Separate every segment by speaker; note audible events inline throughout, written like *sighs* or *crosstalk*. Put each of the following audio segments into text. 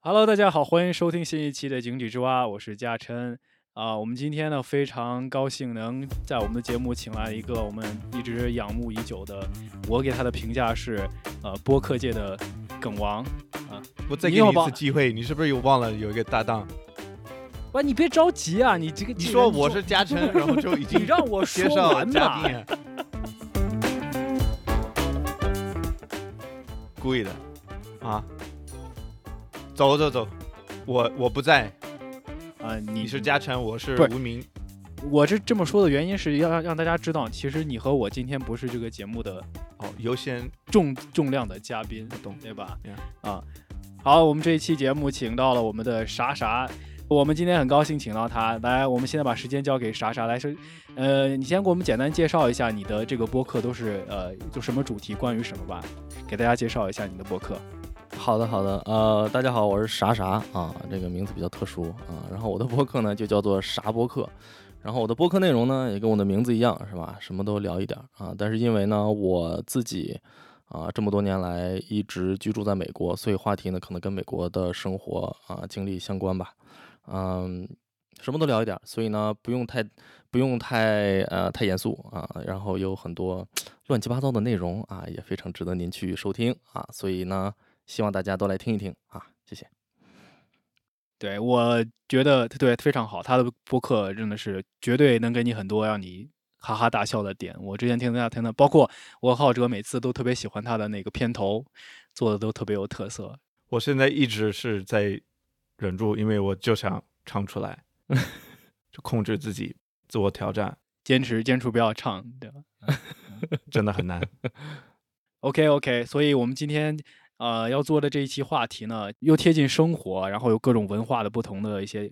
Speaker 1: Hello，大家好，欢迎收听新一期的《井底之蛙》，我是嘉琛。啊、我们今天呢非常高兴能在我们的节目请来一个我们一直仰慕已久的，我给他的评价是，呃，播客界的梗王。
Speaker 2: 我再
Speaker 1: 你
Speaker 2: 给
Speaker 1: 有
Speaker 2: 你一
Speaker 1: 吧
Speaker 2: 次机会，你是不是又忘了有一个搭档？
Speaker 1: 喂，你别着急啊，你这个
Speaker 2: 你
Speaker 1: 这
Speaker 2: 说
Speaker 1: 人
Speaker 2: 我
Speaker 1: 就是
Speaker 2: 嘉
Speaker 1: *laughs*
Speaker 2: 诚，然后就已
Speaker 1: 你
Speaker 2: 经
Speaker 1: 让我说
Speaker 2: 介绍
Speaker 1: 完
Speaker 2: 嘉
Speaker 1: 嘛。
Speaker 2: 宾， *laughs* 故意的啊！走走走，我我不在，
Speaker 1: 啊、你
Speaker 2: 你是嘉诚，我是
Speaker 1: 不是
Speaker 2: 无名。
Speaker 1: 我这这么说的原因是要让让大家知道，其实你和我今天不是这个节目的
Speaker 2: 哦，优先
Speaker 1: 重重量的嘉宾，
Speaker 2: 懂
Speaker 1: 对吧
Speaker 2: Yeah.？
Speaker 1: 啊，好，我们这一期节目请到了我们的啥啥，我们今天很高兴请到他来。我们现在把时间交给啥啥来说，呃，你先给我们简单介绍一下你的这个播客都是呃就什么主题，关于什么吧，给大家介绍一下你的播客。
Speaker 3: 好的，好的，呃，大家好，我是啥啥啊，这个名字比较特殊啊。然后我的播客呢就叫做啥播客，然后我的播客内容呢也跟我的名字一样，是吧？什么都聊一点儿啊。但是因为呢我自己啊这么多年来一直居住在美国，所以话题呢可能跟美国的生活啊经历相关吧。嗯，什么都聊一点儿，所以呢不用太不用太呃太严肃啊，然后有很多乱七八糟的内容啊，也非常值得您去收听啊。所以呢。希望大家都来听一听啊，谢谢。
Speaker 1: 对，我觉得对非常好，他的播客真的是绝对能给你很多让你哈哈大笑的点。我之前听他听的，包括我和浩哲每次都特别喜欢他的那个片头，做的都特别有特色。
Speaker 2: 我现在一直是在忍住，因为我就想唱出来， *laughs* 就控制自己，自我挑战，
Speaker 1: 坚持坚持不要唱，对吧
Speaker 2: 真的很难。
Speaker 1: ？OK OK，所以我们今天呃要做的这一期话题呢，又贴近生活，然后有各种文化的不同的一些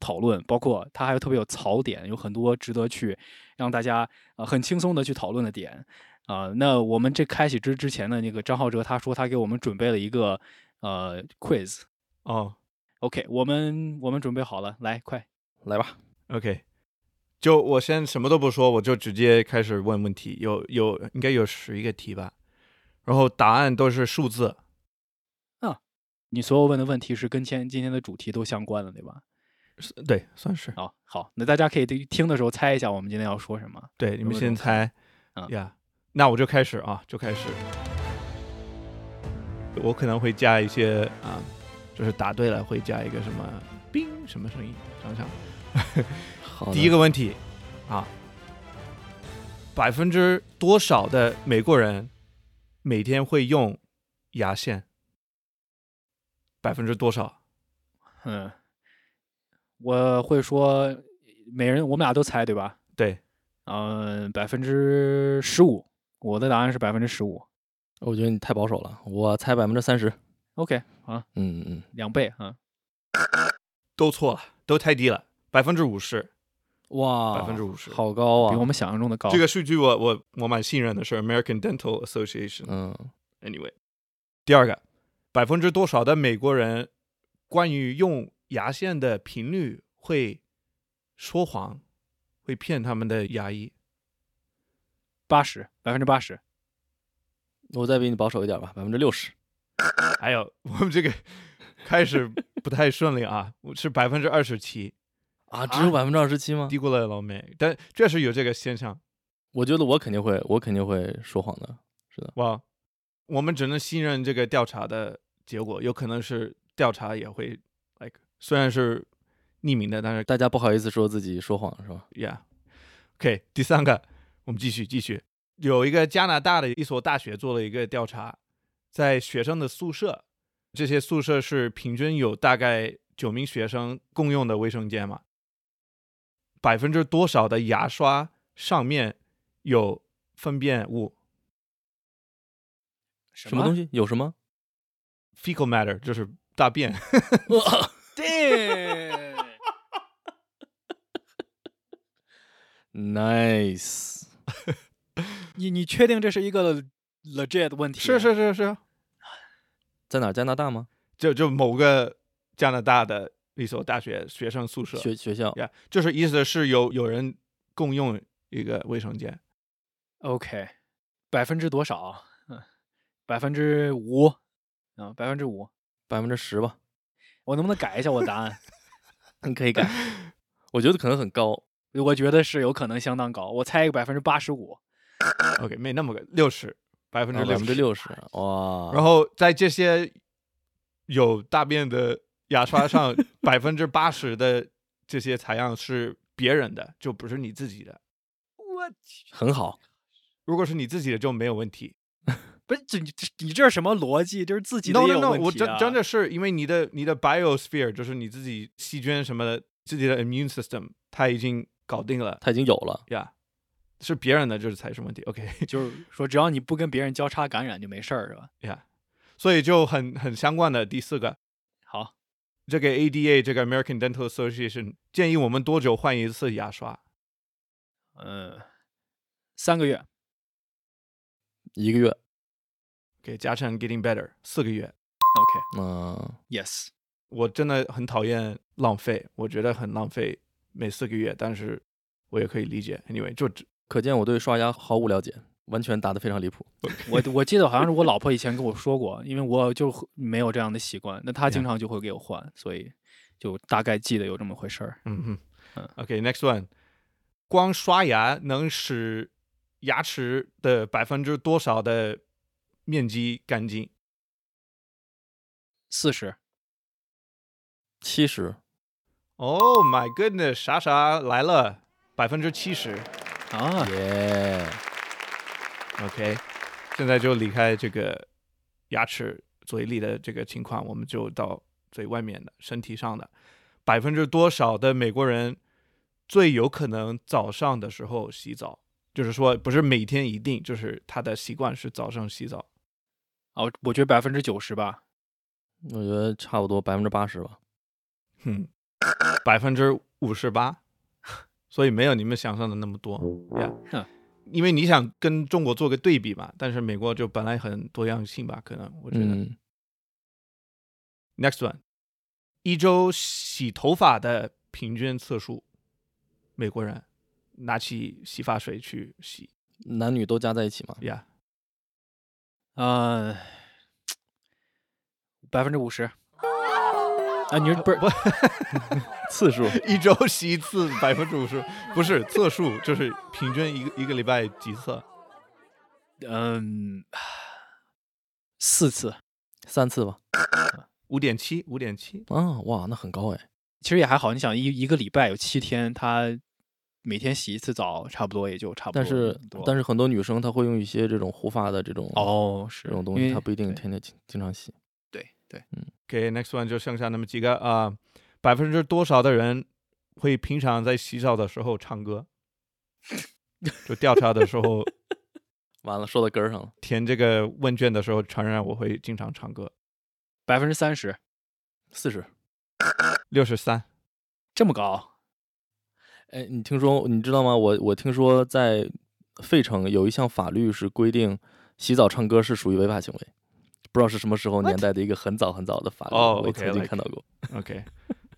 Speaker 1: 讨论，包括它还有特别有槽点，有很多值得去让大家呃很轻松的去讨论的点啊、那我们这开始之之前的那个张浩哲他说他给我们准备了一个呃 quiz。
Speaker 2: 哦
Speaker 1: OK，我们我们准备好了，来快。
Speaker 3: 来吧，
Speaker 2: ，OK，就我先什么都不说，我就直接开始问问题，有有应该有十一个题吧，然后答案都是数字，
Speaker 1: 你所有问的问题是跟今今天的主题都相关的，对吧？
Speaker 2: 是对，算是
Speaker 1: 哦，好，那大家可以听的时候猜一下我们今天要说什么。
Speaker 2: 对，你们
Speaker 1: 有
Speaker 2: 先
Speaker 1: 种
Speaker 2: 猜，
Speaker 1: 嗯
Speaker 2: 呀，那我就开始啊，就开始，我可能会加一些啊，就是答对了会加一个什么冰什么声音，想想。
Speaker 3: 好的，
Speaker 2: 第一个问题啊，百分之多少的美国人每天会用牙线？百分之多少？
Speaker 1: 嗯，我会说每人我们俩都猜对吧？
Speaker 2: 对，
Speaker 1: 嗯，百分之十五，我的答案是百分之十五。
Speaker 3: 我觉得你太保守了，我猜百分之三十。
Speaker 1: OK 啊，
Speaker 3: 嗯嗯，
Speaker 1: 两倍啊，
Speaker 2: 都错了，都太低了，百分之五十，
Speaker 3: 哇，
Speaker 2: 百分之五十。，
Speaker 3: 啊好高啊！
Speaker 1: 比我们想象中的高。
Speaker 2: 这个数据我我我蛮信任的，是 American Dental Association。
Speaker 3: 嗯，
Speaker 2: Anyway，第二个，百分之多少的美国人关于用牙线的频率会说谎，会骗他们的牙医？
Speaker 1: 八十，百分之八十，
Speaker 3: 我再比你保守一点吧，百分之六十。
Speaker 2: 还有 *laughs* 我们这个开始不太顺利啊，我是百分之二十七，
Speaker 3: 啊，只有百分之二十七吗
Speaker 2: 低？估了老美，但确实有这个现象
Speaker 3: 我觉得我肯定会，我肯定会说谎的。
Speaker 2: 哇。我们只能信任这个调查的结果，有可能是调查也会 like 虽然是匿名的，但是
Speaker 3: 大家不好意思说自己说谎是吧？
Speaker 2: yeah。OK，第三个，我们继续继续。有一个加拿大的一所大学做了一个调查，在学生的宿舍，这些宿舍是平均有大概九名学生共用的卫生间嘛，百分之多少的牙刷上面有粪便物
Speaker 1: 什
Speaker 3: 什么东西？有什么？
Speaker 2: （fecal matter），就是大 *laughs* 便。
Speaker 1: 对， *laughs*
Speaker 3: nice，
Speaker 1: 你你确定这是一个 legit 问题？
Speaker 2: 是是啊是是，
Speaker 3: 在哪儿？加拿大吗？
Speaker 2: 就就某个加拿大的一所大学学生宿舍，
Speaker 3: 学学校？
Speaker 2: 呀就是意思是有有人共用一个卫生间。
Speaker 1: OK，百分之多少？嗯，百分之五，啊，百分之五。
Speaker 3: 百分之十吧。
Speaker 1: 我能不能改一下我答案？ *laughs*
Speaker 3: 你可以改。我觉得可能很高，
Speaker 1: 我觉得是有可能相当高，我猜一个百分之八十五。
Speaker 2: OK，没那么个六十，百分之
Speaker 3: 哦啊百分之
Speaker 2: 六十。
Speaker 3: 六十，啊哇！
Speaker 2: 然后在这些有大便的牙刷上，百分之八十的这些采样是别人的，就不是你自己的。
Speaker 1: 我去，
Speaker 3: 很好，
Speaker 2: 如果是你自己的就没有问题。
Speaker 1: 不是这你这你这是什么逻辑？就是自己的
Speaker 2: no
Speaker 1: 也
Speaker 2: no
Speaker 1: 有
Speaker 2: no，
Speaker 1: 问题、啊
Speaker 2: 我真真的是因为你的你的 biosphere 就是你自己细菌什么的，自己的 immune system 它已经搞定了
Speaker 3: 他已经有了。
Speaker 2: 呀是别人的就是才是问题。OK
Speaker 1: 就是说，只要你不跟别人交叉感染就没事儿，是吧？
Speaker 2: 呀、所以就很很相关的第四个，
Speaker 1: 好，
Speaker 2: 这个 ADA 这个 American Dental Association 建议我们多久换一次牙刷？
Speaker 1: 嗯，三个月，
Speaker 3: 一个月，
Speaker 2: 给加成 getting better 四个月。
Speaker 3: 嗯、
Speaker 1: OK，Yes，、
Speaker 2: 我真的很讨厌浪费，我觉得很浪费每四个月，但是我也可以理解。Anyway，就只
Speaker 3: 可见我对刷牙毫无了解，完全答得非常离谱。
Speaker 1: 我我记得好像是我老婆以前跟我说过，因为我就和没有这样的习惯，那她经
Speaker 2: Yeah
Speaker 1: 常就会给我换，所以就大概记得有这么回事儿。
Speaker 2: 嗯
Speaker 1: 嗯
Speaker 2: 哼，OK，next、one，光刷牙能使牙齿的百分之多少的面积干净？
Speaker 1: 四十，
Speaker 3: 七十，
Speaker 2: Oh my goodness，傻傻来了，百分之七十。
Speaker 1: 啊，
Speaker 3: 耶！
Speaker 2: OK，现在就离开这个牙齿嘴里的这个情况，我们就到嘴外面的身体上的，百分之多少的美国人最有可能早上的时候洗澡？就是说，不是每天一定，就是他的习惯是早上洗澡。
Speaker 1: 哦，我觉得百分之九十吧，
Speaker 3: *laughs* 我觉得差不多百分之八十吧。
Speaker 2: 哼，百分之五十八，所以没有你们想象的那么多呀。
Speaker 1: 哼
Speaker 2: 因为你想跟中国做个对比嘛，但是美国就本来很多样性吧，可能我觉得。
Speaker 3: 嗯，
Speaker 2: Next one，一周洗头发的平均次数，美国人拿起洗发水去洗
Speaker 3: 男女都加在一起嘛，
Speaker 2: 呀
Speaker 1: 呃，百分之五十。啊，你是不是
Speaker 2: 不
Speaker 3: 次数
Speaker 2: 一周洗一次百分之五十，不是次数，就是平均一个一个礼拜几次，
Speaker 1: 嗯，四次，
Speaker 3: 三次吧。
Speaker 2: 五点七，五点七，
Speaker 3: 啊，哇，那很高哎。
Speaker 1: 其实也还好。你想一一个礼拜有七天，他每天洗一次澡，差不多也就差不多
Speaker 3: 但
Speaker 1: 那么
Speaker 3: 是
Speaker 1: 多。
Speaker 3: 但是很多女生她会用一些这种护发的这种
Speaker 1: 哦，是
Speaker 3: 这种东
Speaker 1: 因
Speaker 3: 西，
Speaker 1: 为
Speaker 3: 她不一定
Speaker 1: 对
Speaker 3: 天天经经常洗。
Speaker 1: 对对，
Speaker 2: OK，next、one 就剩下那么几个啊，百分之多少的人会平常在洗澡的时候唱歌？就调查的时候
Speaker 3: 完了，说到根儿上了，
Speaker 2: 填这个问卷的时候，传染我会经常唱歌。
Speaker 1: 百分之三十
Speaker 3: 四十。
Speaker 2: 六十三，
Speaker 1: 这么高，
Speaker 3: 哎，你听说你知道吗？我我听说在费城有一项法律是规定洗澡唱歌是属于违法行为，不知道是什么时候年代的一个很早很早的法律，
Speaker 2: 哦
Speaker 3: 我也
Speaker 2: OK，
Speaker 3: 曾经
Speaker 2: like-
Speaker 3: 看到过。
Speaker 2: OK，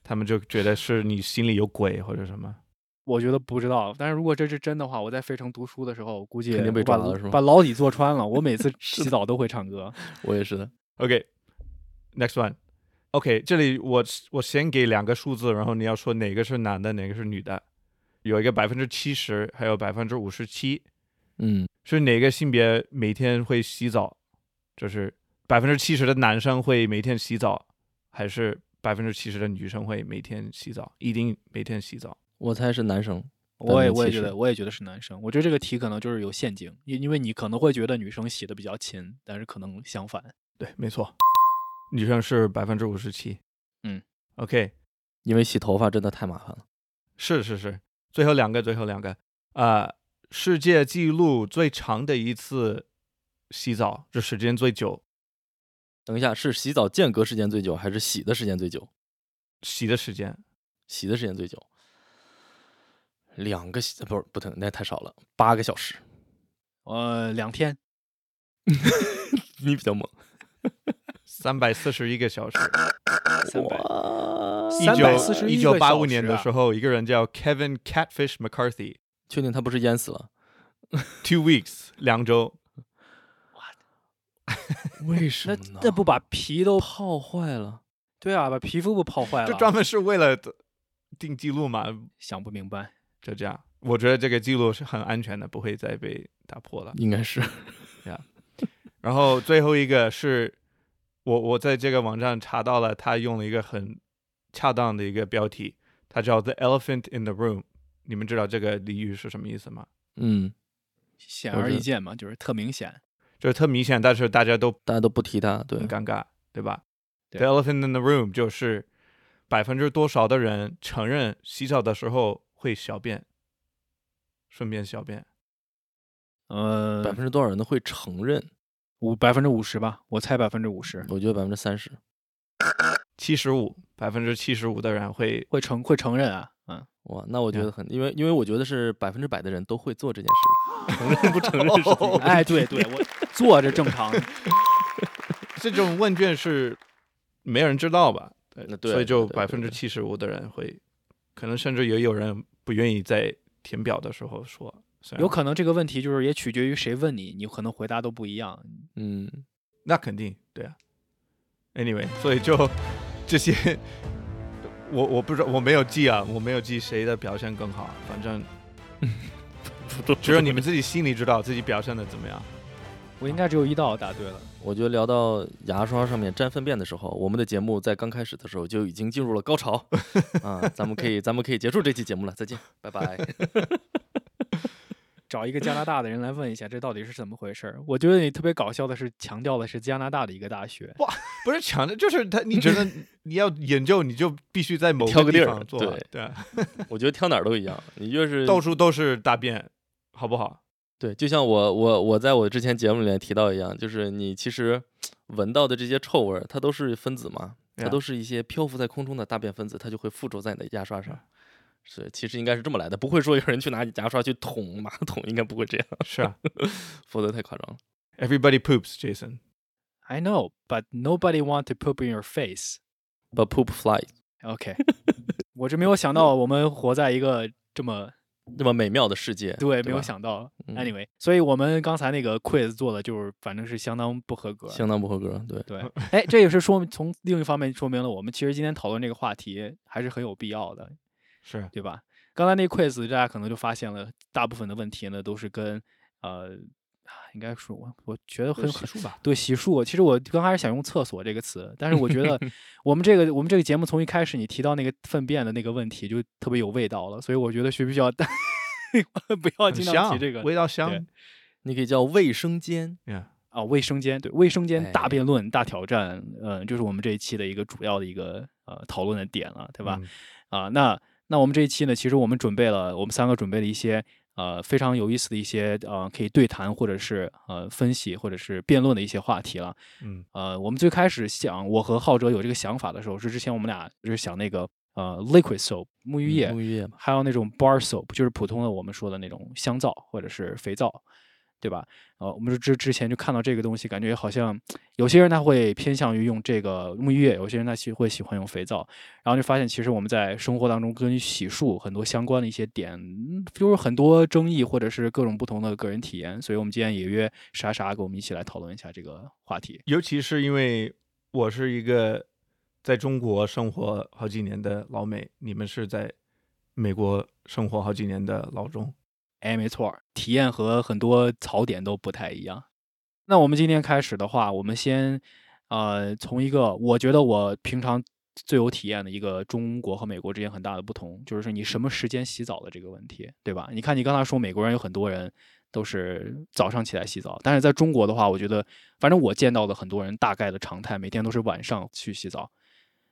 Speaker 2: 他 *laughs* 们就觉得是你心里有鬼或者什么。
Speaker 1: 我觉得不知道。但是如果这是真的话，我在费城读书的时候，估计
Speaker 3: 肯定被
Speaker 1: 我把
Speaker 3: 抓了是吗
Speaker 1: 把牢底坐穿了。我每
Speaker 3: *laughs*
Speaker 1: 次洗澡都会唱歌。
Speaker 3: 我也是的，
Speaker 2: OK，next、one。OK，这里我我先给两个数字，然后你要说哪个是男的，哪个是女的。有一个百分之七十，还有百分之五十七，
Speaker 3: 嗯，
Speaker 2: 是哪个性别每天会洗澡？就是百分之七十的男生会每天洗澡，还是百分之七十的女生会每天洗澡？一定每天洗澡。
Speaker 3: 我猜是男生。
Speaker 1: 我也
Speaker 3: 百分之
Speaker 1: 我也
Speaker 3: 七
Speaker 1: 觉
Speaker 3: 十
Speaker 1: 得，我也觉得是男生。我觉得这个题可能就是有陷阱，因因为你可能会觉得女生洗的比较勤，但是可能相反。
Speaker 2: 对，没错，女生是百分之五十七。
Speaker 1: 嗯
Speaker 2: ，OK，
Speaker 3: 因为洗头发真的太麻烦了。
Speaker 2: 是是是，最后两个，最后两个，啊、世界纪录最长的一次洗澡，这时间最久，
Speaker 3: 等一下，是洗澡间隔时间最久，还是洗的时间最久？
Speaker 2: 洗的时间
Speaker 3: 洗的时间最久，两个洗不是不对，那太少了，八个小时。
Speaker 1: 呃，两天。
Speaker 3: 你比较猛，
Speaker 2: 三百四十一个小时。
Speaker 1: 三百
Speaker 2: 一
Speaker 1: 三百四
Speaker 2: 九
Speaker 1: 十
Speaker 2: 一
Speaker 1: 一
Speaker 2: 九
Speaker 1: 个
Speaker 2: 八
Speaker 1: 小
Speaker 2: 五
Speaker 1: 时
Speaker 2: 年的
Speaker 1: 啊
Speaker 2: 时候，一个人叫 Kevin Catfish McCarthy，two
Speaker 3: 确定他不是淹死了？
Speaker 2: weeks 两周。
Speaker 3: 为什
Speaker 1: 那那不把皮都
Speaker 3: 嗯泡坏了？
Speaker 1: 对啊，把皮肤不泡坏
Speaker 2: 这
Speaker 1: 了，
Speaker 2: 专门是为了定记录嘛，
Speaker 1: 想不明白。
Speaker 2: 就这样。我觉得这个记录是很安全的，不会再被打破了。
Speaker 3: 应该是
Speaker 2: 然后最后一个是我我在这个网站查到了，他用了一个很恰当的一个标题，它叫 “The Elephant in the Room”。你们知道这个俚语是什么意思吗？
Speaker 3: 嗯，
Speaker 1: 显
Speaker 3: 我
Speaker 1: 而易
Speaker 3: 觉得
Speaker 1: 见嘛，就是特明显。
Speaker 2: 就是特明显，但是大家都
Speaker 3: 大家都不提他，对
Speaker 1: 嗯
Speaker 2: 很尴尬，对吧
Speaker 1: 对
Speaker 2: ？The elephant in the room 就是百分之多少的人承认洗澡的时候会小便，顺便小便。
Speaker 1: 呃
Speaker 3: 百，分之多少人都会承认？
Speaker 1: 五百分之五十吧，我猜百分之五十
Speaker 3: 我觉得百分之三十，
Speaker 2: 七十五，百分之七十五的人会 *laughs*
Speaker 1: 会承会承认啊，嗯，
Speaker 3: 哇，那我觉
Speaker 2: 呀
Speaker 3: 得很，因为因为我觉得是百分之百的人都会做这件事，承认不承认 *laughs* 是不一样的
Speaker 1: 哎，对对，
Speaker 3: *laughs*
Speaker 1: 我坐着正常，
Speaker 2: 这种问卷是没有人知道吧？
Speaker 3: 那对
Speaker 2: 所以就
Speaker 3: 对
Speaker 2: 百
Speaker 3: 对
Speaker 2: 分
Speaker 3: 对
Speaker 2: 之七十五的人会，可能甚至也有人不愿意在填表的时候说。虽然
Speaker 1: 有可能这个问题就是也取决于谁问你，你可能回答都不一样。
Speaker 3: 嗯，
Speaker 2: 那肯定对啊。Anyway，所以就这些，我我不知道，我没有记啊，我没有记谁的表现更好，反
Speaker 3: *laughs*
Speaker 2: 正只有你们自己心里知道自己表现的怎么样。
Speaker 1: 我应该只有一道答对了，
Speaker 3: 我觉得聊到牙刷上面沾粪便的时候，我们的节目在刚开始的时候就已经进入了
Speaker 2: *laughs*
Speaker 3: 高潮啊！咱们可以，咱们可以结束这期节目了，再见，拜拜。
Speaker 1: 找一个加拿大的人来问一下，这到底是怎么回事儿？我觉得你特别搞笑的是，强调的是加拿大的一个大学，
Speaker 2: 不是强的，就是他，你
Speaker 3: *laughs*
Speaker 2: 觉得你要研究，你就必须在某
Speaker 3: 挑个地
Speaker 2: 地
Speaker 3: 儿
Speaker 2: 方做啊，
Speaker 3: 对
Speaker 2: 对啊，
Speaker 3: 我觉得挑哪儿都一样，你越是
Speaker 2: 到处都是大便，好不 *laughs* 好？
Speaker 3: 对，就像我我我在我之前节目里面提到一样，就是你其实闻到的这些臭味儿，它都是分子嘛，它
Speaker 2: Yeah
Speaker 3: 都是一些漂浮在空中的大便分子，它就会附着在你的牙刷上。是，其实应该是这么来的，不会说有人去拿你牙刷去捅马桶，应该不会这样，
Speaker 2: 是啊
Speaker 3: 否则太夸张了。
Speaker 2: ，Everybody poops，Jason。
Speaker 1: I know, but nobody want to poop in your face.
Speaker 3: But poop fly
Speaker 1: OK，我 *laughs* 真没有想到我们活在一个这
Speaker 3: *laughs*
Speaker 1: 么
Speaker 3: 这么美妙的世界，
Speaker 1: 对没有
Speaker 3: 吧
Speaker 1: 想到。
Speaker 3: 嗯
Speaker 1: Anyway，所以我们刚才那个 quiz 做的就是反正是相当不合格。
Speaker 3: 相当不合格，对。
Speaker 1: 对，哎，这也是说明从另一方面说明了我们其实今天讨论这个话题还是很有必要的，
Speaker 2: 是啊
Speaker 1: 对吧？刚才那 quiz 大家可能就发现了，大部分的问题呢都是跟呃，应该说我我觉得很很
Speaker 2: 数吧，
Speaker 1: 对洗漱，其实我刚开始想用厕所这个词，但是我
Speaker 2: *laughs*
Speaker 1: 觉得我们这个我们这个节目从一开始你提到那个粪便的那个问题就特别有味道了，所以我觉得需不需要 *laughs* 不要
Speaker 2: 很
Speaker 1: 经常
Speaker 2: 香
Speaker 1: 提，这个
Speaker 2: 味道
Speaker 1: 对
Speaker 2: 香
Speaker 3: 你可以叫卫生间，
Speaker 2: ，Yeah，
Speaker 1: 啊、卫生间对卫生间大
Speaker 3: 哎
Speaker 1: 辩论、大挑战，呃，就是我们这一期的一个主要的一个呃讨论的点了，对吧？
Speaker 2: 嗯？
Speaker 1: 啊，那那我们这一期呢，其实我们准备了，我们三个准备了一些呃非常有意思的一些呃可以对谈或者是呃分析或者是辩论的一些话题了。
Speaker 2: 嗯，
Speaker 1: 呃，我们最开始想我和浩哲有这个想法的时候，是之前我们俩就是想那个呃 liquid soap 沐浴液，
Speaker 3: 嗯沐浴液嘛，
Speaker 1: 还有那种 bar soap，就是普通的我们说的那种香皂或者是肥皂，对吧？呃，我们之之前就看到这个东西，感觉好像有些人他会偏向于用这个沐浴液，有些人他喜会喜欢用肥皂，然后就发现其实我们在生活当中跟洗漱很多相关的一些点，嗯就是很多争议或者是各种不同的个人体验，所以我们今天也约莎莎跟我们一起来讨论一下这个话题。
Speaker 2: 尤其是因为我是一个在中国生活好几年的老美，你们是在美国生活好几年的老中。
Speaker 1: 哎，没错儿，体验和很多槽点都不太一样。那我们今天开始的话，我们先呃从一个我觉得我平常最有体验的一个中国和美国之间很大的不同，就是说你什么时间洗澡的这个问题，对吧？你看你刚才说美国人有很多人都是早上起来洗澡，但是在中国的话，我觉得反正我见到的很多人大概的常态每天都是晚上去洗澡。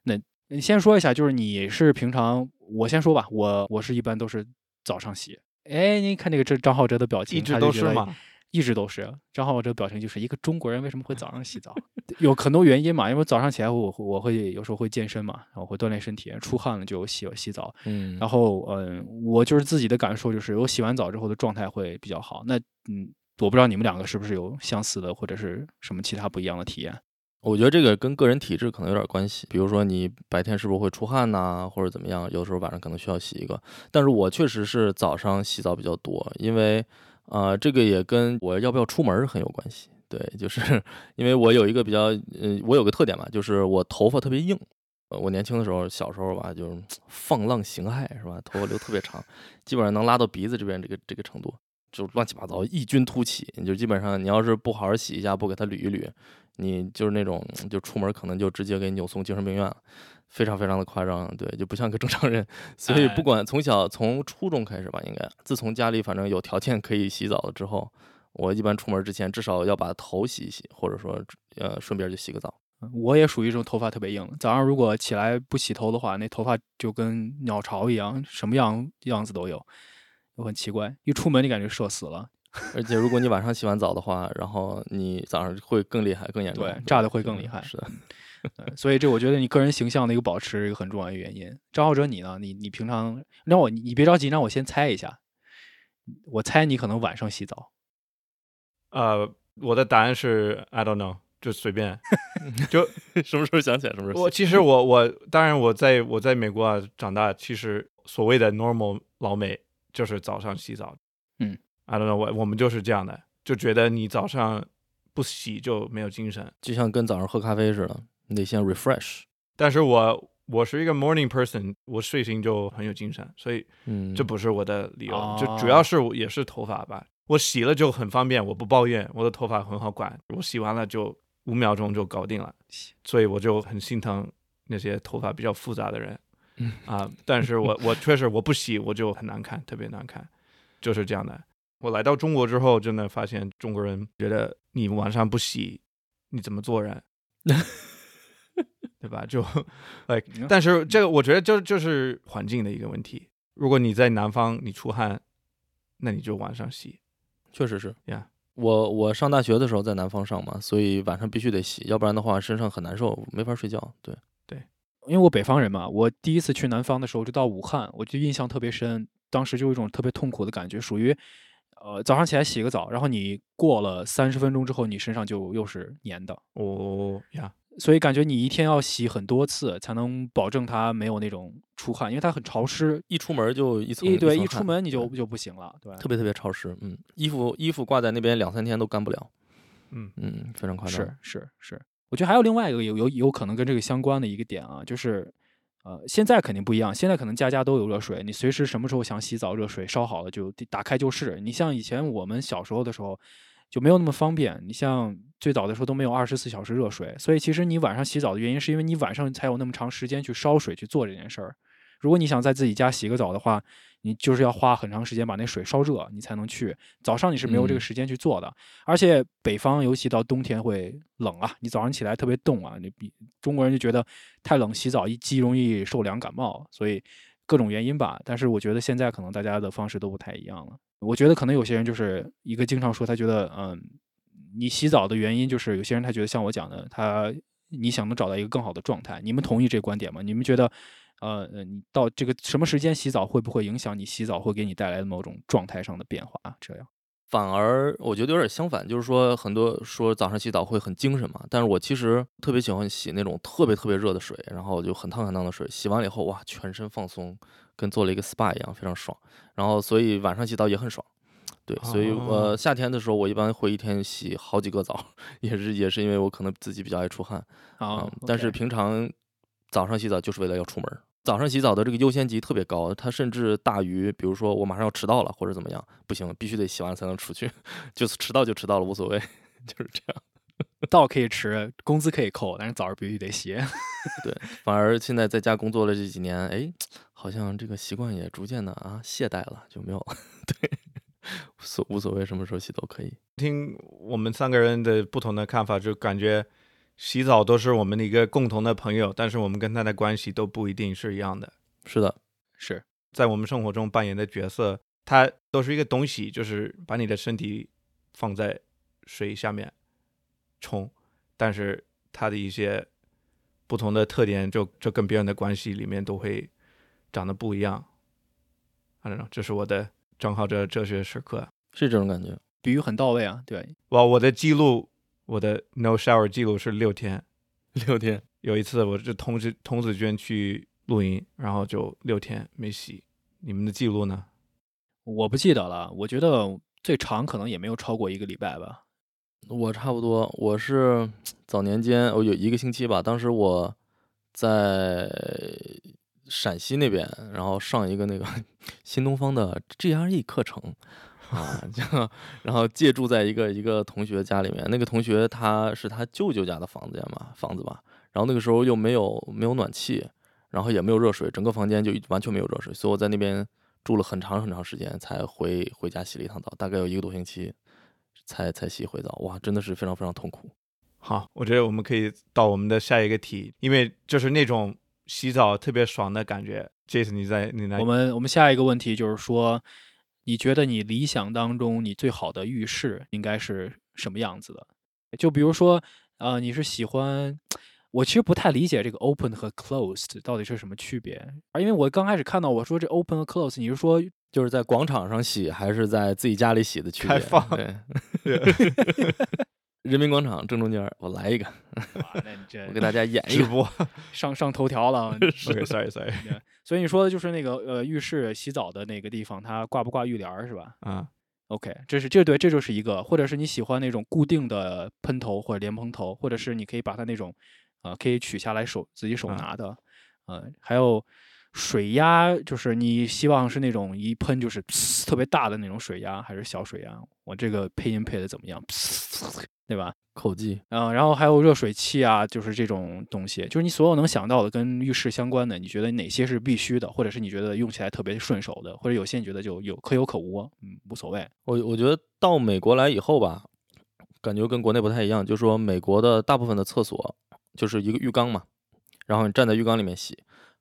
Speaker 1: 那你先说一下，就是你是平常我先说吧，我我是一般都是早上洗。哎，你看这个这张浩哲的表情，
Speaker 2: 一直
Speaker 1: 他就
Speaker 2: 都
Speaker 1: 觉
Speaker 2: 是
Speaker 1: 得
Speaker 2: 吗？
Speaker 1: 一直都是张浩哲表情，就是一个中国人为什么会早上洗澡？有很多原因嘛，因为早上起来我会我会有时候会健身嘛，然后会锻炼身体，出汗了就洗洗澡。
Speaker 3: 嗯，
Speaker 1: 然后嗯，我就是自己的感受就是，我洗完澡之后的状态会比较好。那嗯，我不知道你们两个是不是有相似的或者是什么其他不一样的体验？
Speaker 3: 我觉得这个跟个人体质可能有点关系，比如说你白天是不是会出汗呐、或者怎么样，有时候晚上可能需要洗一个。但是我确实是早上洗澡比较多，因为呃，这个也跟我要不要出门很有关系。 *laughs* 对，就是因为我有一个比较，呃，我有个特点嘛，就是我头发特别硬，呃，我年轻的时候，小时候吧，就是放浪形骸是吧？头发留特别长，基本上能拉到鼻子这边这个这个程度，就乱七八糟，异军突起。你就基本上，你要是不好好洗一下，不给它捋一捋，你就是那种就出门可能就直接给扭送精神病院了，非常非常的夸张，对，就不像个正常人。所以
Speaker 1: 哎
Speaker 3: 不管从小从初中开始吧，应该自从家里反正有条件可以洗澡了之后，我一般出门之前至少要把头洗一洗，或者说呃顺便就洗个澡。
Speaker 1: 嗯我也属于这种头发特别硬，早上如果起来不洗头的话，那头发就跟鸟巢一样，什么样样子都有，就很奇怪。一出门就感觉社死了，
Speaker 3: 而且如果你晚上洗完澡的话，然后你早上会更厉害、更严重，
Speaker 1: 对
Speaker 3: 吧
Speaker 1: 炸得会更厉害
Speaker 3: 是的， *laughs*
Speaker 1: 呃所以这我觉得你个人形象的一个保持一个很重要的原因。张浩哲，你呢？你你平常让我你你别着急，让我先猜一下，我猜你可能晚上洗澡，
Speaker 2: 呃，我的答案是 I don't know，就随
Speaker 1: *laughs*
Speaker 2: 便。就
Speaker 3: 什么时候想起来什么时候
Speaker 2: 我
Speaker 3: 洗。
Speaker 2: 其实我我当然我在我在美国啊长大，其实所谓的 normal 老美就是早上洗澡。
Speaker 1: 嗯
Speaker 2: ，I don't know，我我们就是这样的，就觉得你早上不洗就没有精神。
Speaker 3: 就像跟早上喝咖啡似的，你得先 refresh。
Speaker 2: 但是我我是一个 morning person，我睡醒就很有精神，所以
Speaker 3: 嗯，
Speaker 2: 这不是我的理由，
Speaker 1: 哦
Speaker 2: 就主要是我也是头发吧。我洗了就很方便，我不抱怨，我的头发很好管，我洗完了就五秒钟就搞定了，所以我就很心疼那些头发比较复杂的人
Speaker 3: 嗯
Speaker 2: 啊、但是我我确实我不洗我就很难看，特别难看，就是这样的。我来到中国之后，真的发现中国人觉得你晚上不洗，你怎么做人？对吧？就 *laughs* like，
Speaker 1: 嗯
Speaker 2: 但是这个我觉得就就是环境的一个问题。如果你在南方，你出汗，那你就晚上洗。
Speaker 3: 确实是
Speaker 2: Yeah
Speaker 3: 我我上大学的时候在南方上嘛，所以晚上必须得洗，要不然的话身上很难受，没法睡觉。对，
Speaker 1: 因为我北方人嘛，我第一次去南方的时候就到武汉，我就印象特别深，当时就有一种特别痛苦的感觉，属于，呃，早上起来洗个澡，然后你过了三十分钟之后，你身上就又是黏的，
Speaker 2: 哦呀，
Speaker 1: 所以感觉你一天要洗很多次才能保证它没有那种出汗，因为它很潮湿，
Speaker 3: 一出门就一层
Speaker 1: 一对
Speaker 3: 层
Speaker 1: 一
Speaker 3: 汗
Speaker 1: 出门你就
Speaker 3: 对
Speaker 1: 就不行了，对，
Speaker 3: 特别特别潮湿，嗯，衣服衣服挂在那边两三天都干不了，
Speaker 2: 嗯
Speaker 3: 嗯，非常夸张。
Speaker 1: 是是是，我觉得还有另外一个有有有可能跟这个相关的一个点啊，就是呃，现在肯定不一样，现在可能家家都有热水，你随时什么时候想洗澡，热水烧好了就打开就是。你像以前我们小时候的时候就没有那么方便，你像最早的时候都没有二十四小时热水，所以其实你晚上洗澡的原因是因为你晚上才有那么长时间去烧水去做这件事儿。如果你想在自己家洗个澡的话，你就是要花很长时间把那水烧热，你才能去。早上你是没有这
Speaker 3: 嗯
Speaker 1: 个时间去做的，而且北方尤其到冬天会冷啊，你早上起来特别冻啊，你比中国人就觉得太冷，洗澡一激容易受凉感冒，所以各种原因吧。但是我觉得现在可能大家的方式都不太一样了。我觉得可能有些人就是一个经常说他觉得嗯，你洗澡的原因就是有些人他觉得像我讲的，他你想能找到一个更好的状态。你们同意这个观点吗？你们觉得？呃，呃你到这个什么时间洗澡会不会影响你洗澡会给你带来的某种状态上的变化？这样，
Speaker 3: 反而我觉得有点相反，就是说很多说早上洗澡会很精神嘛，但是我其实特别喜欢洗那种特别特别热的水，然后就很烫很烫的水，洗完了以后哇，全身放松，跟做了一个 SPA 一样，非常爽。然后所以晚上洗澡也很爽，对，所以
Speaker 2: 哦
Speaker 3: 呃夏天的时候我一般会一天洗好几个澡， *laughs* 也是也是因为我可能自己比较爱出汗，
Speaker 1: 啊、
Speaker 3: 嗯，但是
Speaker 1: OK
Speaker 3: 平常早上洗澡就是为了要出门儿。早上洗澡的这个优先级特别高，它甚至大于，比如说我马上要迟到了或者怎么样，不行，必须得洗完了才能出去， *laughs* 就是迟到就迟到了，无所谓， *laughs* 就是这样。
Speaker 1: 到可以迟，工资可以扣，但是澡是必须得洗。 *laughs*
Speaker 3: 反而现在在家工作了这几年，哎，好像这个习惯也逐渐的啊懈怠了，就没有 *laughs* 了。对，无所无所谓什么时候洗都可以。
Speaker 2: 听我们三个人的不同的看法，就感觉洗澡都是我们的一个共同的朋友，但是我们跟他的关系都不一定是一样的。
Speaker 3: 是的，
Speaker 1: 是，
Speaker 2: 在我们生活中扮演的角色，它都是一个东西，就是把你的身体放在水下面冲，但是它的一些不同的特点就，就跟别人的关系里面都会长得不一样。I don't know，这是我的正好这哲学时刻。
Speaker 3: 是这种感觉。
Speaker 1: 比喻很到位啊，对，
Speaker 2: 哇，我的记录，我的 no shower 记录是六天。
Speaker 3: *laughs* 六天，
Speaker 2: 有一次我是童子童子军去露营，然后就六天没洗。你们的记录呢？
Speaker 1: 我不记得了，我觉得最长可能也没有超过一个礼拜吧。
Speaker 3: 哦我差不多，我是早年间，我有一个星期吧。当时我在陕西那边，然后上一个 *laughs* 那个新东方的 GRE 课程啊， *laughs* 这样，然后借住在一个一个同学家里面。那个同学他是他舅舅家的房子嘛，房子吧。然后那个时候又没有没有暖气，然后也没有热水，整个房间就完全没有热水，所以我在那边住了很长很长时间，才回回家洗了一趟澡，大概有一个多星期才才洗一回澡。哇，真的是非常非常痛苦。
Speaker 2: 好，我觉得我们可以到我们的下一个题，因为就是那种洗澡特别爽的感觉。Jason，你在你来
Speaker 1: 我们我们下一个问题就是说，你觉得你理想当中你最好的浴室应该是什么样子的？就比如说，呃，你是喜欢，我其实不太理解这个 open 和 closed 到底是什么区别，啊因为我刚开始看到我说这 open 和 closed，你是说
Speaker 3: 就是在广场上洗还是在自己家里洗的区别？
Speaker 2: 开放
Speaker 3: 对，人民广场正中间儿，我
Speaker 2: *laughs*
Speaker 3: 来一个，
Speaker 1: *laughs* 哇，那你这
Speaker 3: 我给大家演一
Speaker 2: 直
Speaker 3: 个。
Speaker 2: 播
Speaker 1: 上上头条 *laughs* 了，嗯
Speaker 2: ，OK，sorry，sorry
Speaker 1: 所以你说的就是那个呃浴室洗澡的那个地方，它挂不挂浴帘儿是吧
Speaker 2: 啊，
Speaker 1: ？OK，这是这对这就是一个，或者是你喜欢那种固定的喷头或者莲蓬头，或者是你可以把它那种呃可以取下来手自己手
Speaker 2: 啊
Speaker 1: 拿的，呃还有水压，就是你希望是那种一喷就是特别大的那种水压，还是小水压？我这个配音配的怎么样？对吧？
Speaker 3: 口技，
Speaker 1: 嗯，然后还有热水器啊，就是这种东西，就是你所有能想到的跟浴室相关的，你觉得哪些是必须的，或者是你觉得用起来特别顺手的，或者有些你觉得就有可有可无，嗯，无所谓。
Speaker 3: 我我觉得到美国来以后吧，感觉跟国内不太一样，就是说美国的大部分的厕所就是一个浴缸嘛，然后你站在浴缸里面洗，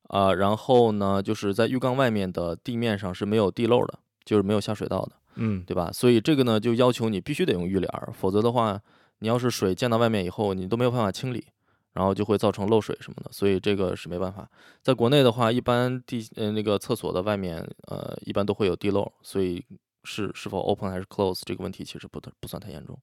Speaker 3: 啊、然后呢就是在浴缸外面的地面上是没有地漏的，就是没有下水道的。
Speaker 1: *laughs*
Speaker 2: 嗯，
Speaker 3: 对吧？所以这个呢，就要求你必须得用浴帘儿，否则的话，你要是水溅到外面以后，你都没有办法清理，然后就会造成漏水什么的。所以这个是没办法。在国内的话，一般地呃那个厕所的外面呃一般都会有地漏，所以是是否 open 还是 close 这个问题其实不太不算太严重。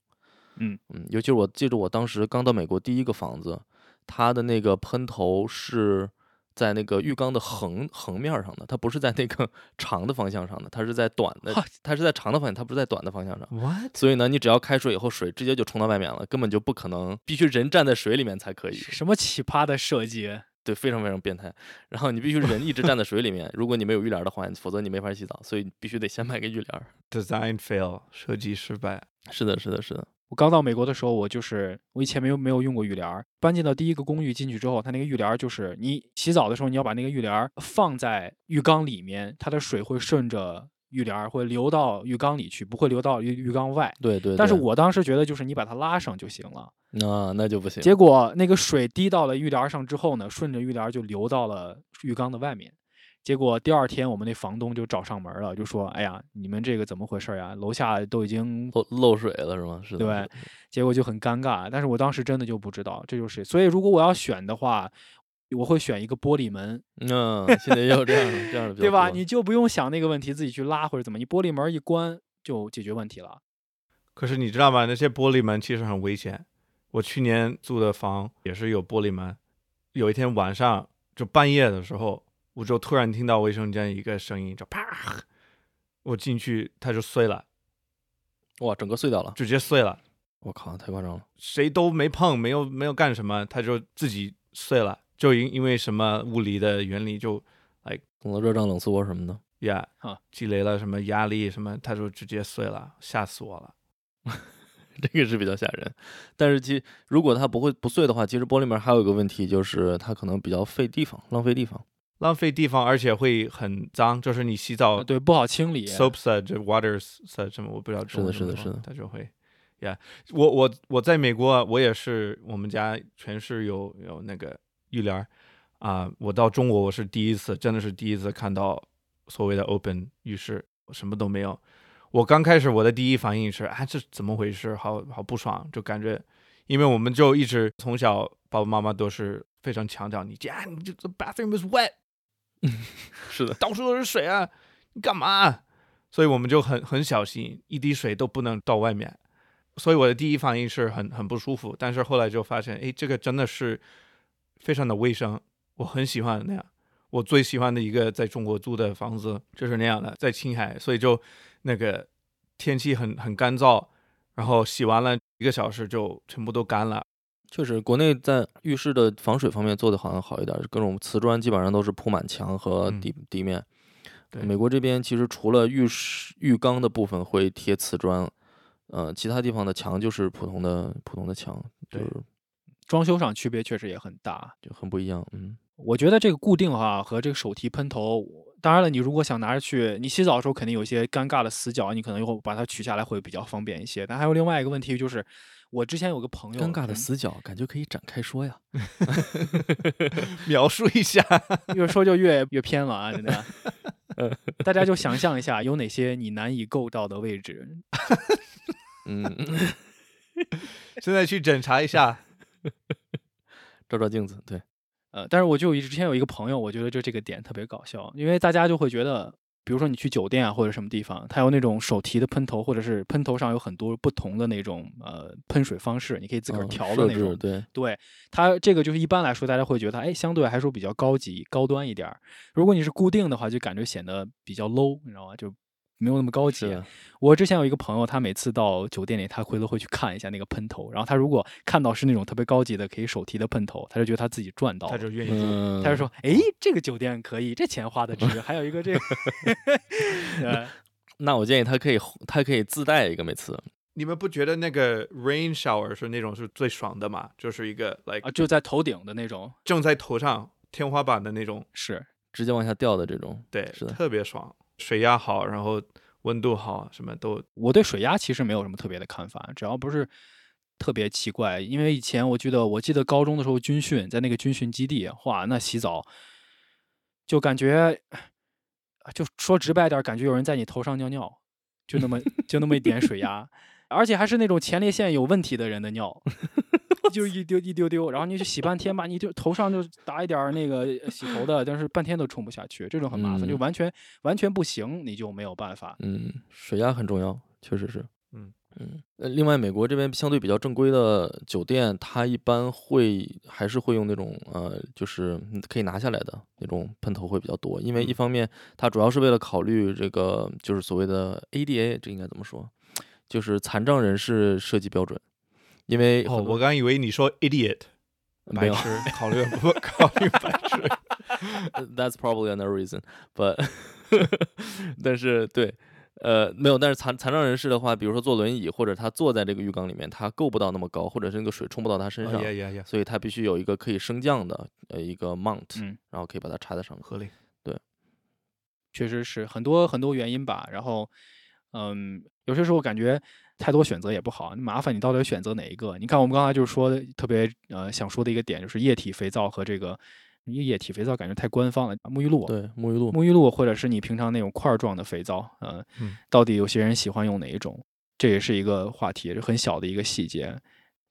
Speaker 1: 嗯
Speaker 3: 嗯，尤其是我记着我当时刚到美国第一个房子，它的那个喷头是。在那个浴缸的横横面儿上的，它不是在那个 *laughs* 长的方向上的，它是在短的
Speaker 1: What？，
Speaker 3: 它是在长的方向，它不是在短的方向上。
Speaker 2: what
Speaker 3: 所以呢，你只要开水以后，水直接就冲到外面了，根本就不可能，必须人站在水里面才可以。
Speaker 1: 什么奇葩的设计？
Speaker 3: *laughs* 对，非常非常变态。然后你必须人一直站在水里面，如果你没有浴帘的话，否则你没法洗澡。所以你必须得先买个浴帘。
Speaker 2: design fail 设计失败，
Speaker 3: *laughs* 是的，是的，是的。
Speaker 1: 我刚到美国的时候，我就是我以前没有没有用过浴帘儿。搬进到第一个公寓进去之后，它那个浴帘儿就是你洗澡的时候，你要把那个浴帘儿放在浴缸里面，它的水会顺着浴帘儿会流到浴缸里去，不会流到浴浴缸外。
Speaker 3: 对对
Speaker 1: 但是我当时觉得就是你把它拉上就行了。
Speaker 3: 那、那就不行。
Speaker 1: 结果那个水滴到了浴帘上之后呢，顺着浴帘就流到了浴缸的外面。结果第二天，我们那房东就找上门了，就说：“哎呀，你们这个怎么回事儿呀？楼下都已经……
Speaker 3: 漏漏水了是吗？是的。
Speaker 1: 对
Speaker 3: 是的
Speaker 1: 结果就很尴尬。”但是我当时真的就不知道，这就是所以，如果我要选的话，我会选一个玻璃门，
Speaker 3: 嗯，现在也有这样的这样的比较
Speaker 1: 对吧？
Speaker 3: 多
Speaker 1: 你就不用想那个问题，自己去拉或者怎么，你玻璃门一关就解决问题了。
Speaker 2: 可是你知道吗？那些玻璃门其实很危险。我去年租的房也是有玻璃门，有一天晚上就半夜的时候，我就突然听到卫生间一个声音，就啪，我进去它就碎了，
Speaker 3: 哇，整个碎掉了。
Speaker 2: 直接碎了，
Speaker 3: 我靠，太夸张了。
Speaker 2: 谁都没碰，没有没有干什么，它就自己碎了，就因因为什么物理的原理就
Speaker 3: 懂了，热胀冷缩什么的。 *laughs*
Speaker 2: 呀
Speaker 1: 啊
Speaker 2: 积累了什么压力什么，它就直接碎了，吓死我了。
Speaker 3: 这个是比较吓人。但是其如果它不会不碎的话，其实玻璃门还有一个问题，就是它可能比较费地方，浪费地方。
Speaker 2: 浪费地方，而且会很脏，就是你洗澡
Speaker 1: 啊
Speaker 3: 哦
Speaker 1: 对，不好清理。
Speaker 2: soap suds、water suds 什么，我不知道中文
Speaker 3: 是的
Speaker 2: 怎么
Speaker 3: 是的
Speaker 2: 说
Speaker 3: 是的
Speaker 2: 它就会，yeah，我我我在美国啊，我也是，我们家全是有有那个浴帘儿啊、我到中国我是第一次，真的是第一次看到所谓的 open 浴室，我什么都没有。我刚开始我的第一反应是，啊，这怎么回事？好好不爽，就感觉，因为我们就一直从小爸爸妈妈都是非常强调你，啊，你这 the bathroom is wet，
Speaker 3: 是的，
Speaker 2: 到处都是水啊，你干嘛啊、所以我们就很很小心，一滴水都不能到外面。所以我的第一反应是很很不舒服，但是后来就发现，哎，这个真的是非常的卫生，我很喜欢那样。我最喜欢的一个在中国租的房子就是那样的，在青海，所以就那个天气很很干燥，然后洗完了一个小时就全部都干了，
Speaker 3: 确实，国内在浴室的防水方面做的好像好一点，各种瓷砖基本上都是铺满墙和
Speaker 2: 嗯
Speaker 3: 地、地面。
Speaker 2: 对
Speaker 3: 美国这边其实除了浴室浴缸的部分会贴瓷砖，呃，其他地方的墙就是普通的普通的墙，就
Speaker 2: 对
Speaker 3: 是
Speaker 1: 装修上区别确实也很大。
Speaker 3: 就很不一样。嗯，
Speaker 1: 我觉得这个固定哈、和这个手提喷头，当然了，你如果想拿着去，你洗澡的时候肯定有一些尴尬的死角，你可能以后把它取下来会比较方便一些。但还有另外一个问题就是，我之前有个朋友，
Speaker 3: 尴尬的
Speaker 1: 嗯
Speaker 3: 死角感觉可以展开说呀。
Speaker 2: 描述一下， *laughs*
Speaker 1: 越说就越越偏了啊！真
Speaker 3: *laughs*
Speaker 1: 的，大家就想象一下，有哪些你难以够到的位置？
Speaker 3: 嗯，
Speaker 2: 现在去检查一下。
Speaker 3: 照照镜子，对，
Speaker 1: 呃，但是我就有一之前有一个朋友，我觉得就这个点特别搞笑，因为大家就会觉得，比如说你去酒店啊或者什么地方，它有那种手提的喷头，或者是喷头上有很多不同的那种呃喷水方式，你可以自个儿
Speaker 3: 嗯
Speaker 1: 调的
Speaker 3: 设
Speaker 1: 那
Speaker 3: 置
Speaker 1: 种。
Speaker 3: 对，
Speaker 1: 对它这个就是一般来说，大家会觉得哎，相对还说比较高级、高端一点儿。如果你是固定的话，就感觉显得比较 low，你知道吗？就没有那么高级。啊
Speaker 3: 是的
Speaker 1: 我之前有一个朋友，他每次到酒店里，他回头会去看一下那个喷头，然后他如果看到是那种特别高级的可以手提的喷头，他就觉得他自己赚到
Speaker 2: 他
Speaker 1: 了。
Speaker 2: 就愿意做。
Speaker 3: 嗯，
Speaker 1: 他就说：“哎，这个酒店可以，这钱花的值。还有一个
Speaker 2: *laughs*
Speaker 1: 这个，呃
Speaker 3: 那我建议他可以，他可以自带一个，每次
Speaker 2: 你们不觉得那个 rain shower 是那种是最爽的吗？就是一个 like
Speaker 1: 啊，就在头顶的那种，
Speaker 2: 正在头上天花板的那种，
Speaker 1: 是
Speaker 3: 直接往下掉的这种，
Speaker 2: 对，
Speaker 3: 是的
Speaker 2: 特别爽，水压好，然后温度好，什么都
Speaker 1: 我对水压其实没有什么特别的看法，只要不是特别奇怪。因为以前我记得，我记得高中的时候军训，在那个军训基地，哇，那洗澡就感觉，就说直白点儿，感觉有人在你头上尿尿，就那么就那么一点水压，而且还是那种前列腺有问题的人的尿。就一丢一丢丢，然后你就洗半天吧，你就头上就打一点儿那个呃洗头的，但是半天都冲不下去，这种很麻烦，就
Speaker 3: 嗯
Speaker 1: 完全完全不行，你就没有办法。
Speaker 3: 嗯，水压很重要，确实是。
Speaker 2: 嗯
Speaker 3: 嗯，呃，另外，美国这边相对比较正规的酒店，它一般会还是会用那种呃，就是可以拿下来的那种喷头会比较多，因为一
Speaker 2: 嗯
Speaker 3: 方面它主要是为了考虑这个就是所谓的 ADA，这应该怎么说？就是残障人士设计标准，因为
Speaker 2: 哦，
Speaker 3: 很多
Speaker 2: 我刚以为你说 idiot，
Speaker 3: 没
Speaker 2: 白
Speaker 3: 有
Speaker 2: 痴，考虑不考虑白痴，
Speaker 3: 呃 *laughs* That's probably another reason, but *laughs* 但是对，呃，没有，但是残残障人士的话，比如说坐轮椅或者他坐在这个浴缸里面，他够不到那么高，或者是那个水冲不到他身上，
Speaker 2: 哦呀呀呀，
Speaker 3: 所以他必须有一个可以升降的呃一个 mount，、
Speaker 1: 嗯
Speaker 3: 然后可以把它插在上面。
Speaker 2: 合理。
Speaker 1: 确实是很多很多原因吧。然后，嗯，有些时候感觉太多选择也不好，麻烦你到底选择哪一个？你看我们刚才就是说的特别呃想说的一个点，就是液体肥皂和这个因为液体肥皂感觉太官方了，沐浴露。啊
Speaker 3: 对，沐浴露，
Speaker 1: 沐浴露或者是你平常那种块儿状的肥皂，呃，
Speaker 2: 嗯
Speaker 1: 到底有些人喜欢用哪一种？这也是一个话题，也是很小的一个细节。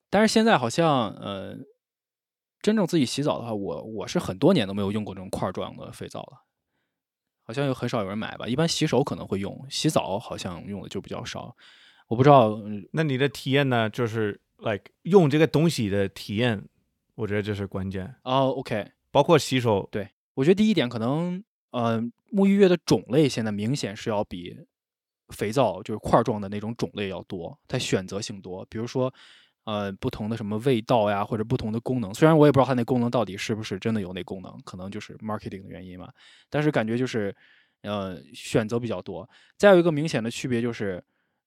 Speaker 1: 但是现在好像，呃，真正自己洗澡的话，我我是很多年都没有用过这种块儿状的肥皂了，好像又很少有人买吧。一般洗手可能会用，洗澡好像用的就比较少。我不知道，嗯
Speaker 2: 那你的体验呢？就是 like 用这个东西的体验，我觉得这是关键，
Speaker 1: 哦，OK，
Speaker 2: 包括洗手。
Speaker 1: 我觉得第一点可能，呃，沐浴液的种类现在明显是要比肥皂就是块儿状的那种种类要多，它选择性多。比如说，呃，不同的什么味道呀，或者不同的功能。虽然我也不知道它那功能到底是不是真的有那功能，可能就是 marketing 的原因嘛。但是感觉就是，呃，选择比较多。再有一个明显的区别就是，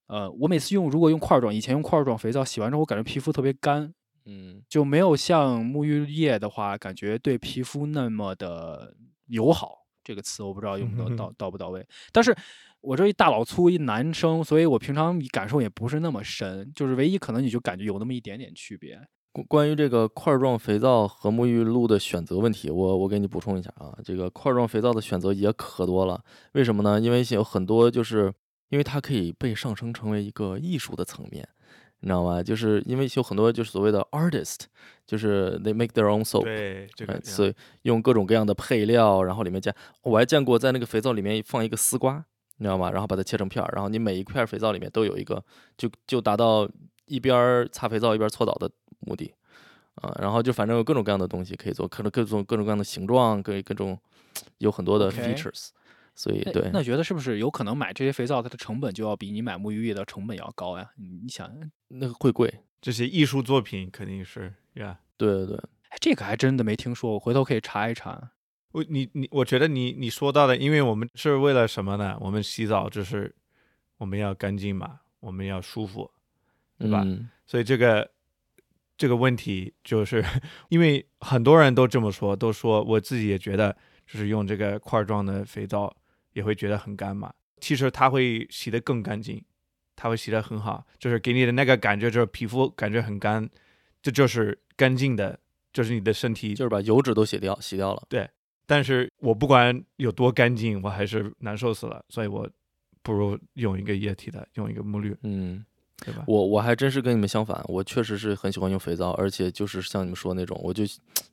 Speaker 1: 呃，我每次用如果用块儿状，以前用块儿状肥皂洗完之后，我感觉皮肤特别干，
Speaker 3: 嗯，
Speaker 1: 就没有像沐浴液的话，感觉对皮肤那么的友好。这个词我不知道用不到
Speaker 3: *laughs*
Speaker 1: 到到不到位，但是我这一大老粗一男生，所以我平常感受也不是那么深，就是唯一可能你就感觉有那么一点点区别。
Speaker 3: 关关于这个块状肥皂和沐浴露的选择问题，我我给你补充一下啊，这个块状肥皂的选择也可多了，为什么呢？因为有很多就是因为它可以被上升成为一个艺术的层面，你知道吗？就是因为有很多就是所谓的 artist，就是 they make their own soap，
Speaker 2: 对，嗯这
Speaker 3: 哎
Speaker 2: 个
Speaker 3: 所以用各种各样的配料，然后里面加，我还见过在那个肥皂里面放一个丝瓜，你知道吗？然后把它切成片儿，然后你每一块肥皂里面都有一个，就就达到一边儿擦肥皂一边儿搓澡的目的啊。然后就反正有各种各样的东西可以做，各种各种各种各样的形状，各各种有很多的
Speaker 1: OK
Speaker 3: features，所以
Speaker 1: 那
Speaker 3: 对，
Speaker 1: 哎那觉得是不是有可能买这些肥皂，它的成本就要比你买沐浴液的成本要高呀？你你想，
Speaker 3: 那个会贵，
Speaker 2: 这些艺术作品肯定是呀。
Speaker 3: 对对对，
Speaker 1: 哎，这个还真的没听说过，回头可以查一查。
Speaker 2: 我你你，我觉得你你说到的，因为我们是为了什么呢？我们洗澡就是我们要干净嘛，我们要舒服，对吧
Speaker 3: 嗯
Speaker 2: 所以这个这个问题就是 *laughs* 因为很多人都这么说，都说我自己也觉得，就是用这个块状的肥皂也会觉得很干嘛。其实它会洗得更干净，它会洗得很好，就是给你的那个感觉就是皮肤感觉很干，这就是干净的，就是你的身体。
Speaker 3: 就是把油脂都洗掉，洗掉了。
Speaker 2: 但是我不管有多干净，我还是难受死了，所以我不如用一个液体的，用一个沐浴，
Speaker 3: 嗯，
Speaker 2: 对吧？
Speaker 3: 我我还真是跟你们相反，我确实是很喜欢用肥皂，而且就是像你们说的那种，我就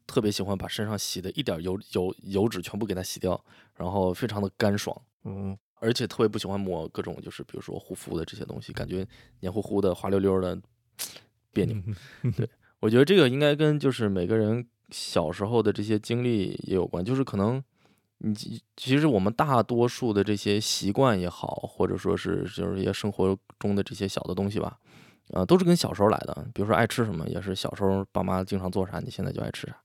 Speaker 3: 特别喜欢把身上洗的一点油油油脂全部给它洗掉，然后非常的干爽，
Speaker 2: 嗯，
Speaker 3: 而且特别不喜欢抹各种就是比如说护肤的这些东西，感觉黏糊糊的、滑溜溜的，别扭。我觉得这个应该跟就是每个人小时候的这些经历也有关，就是可能你其其实我们大多数的这些习惯也好，或者说是就是一些生活中的这些小的东西吧，啊、都是跟小时候来的。比如说爱吃什么，也是小时候爸妈经常做啥，你现在就爱吃啥。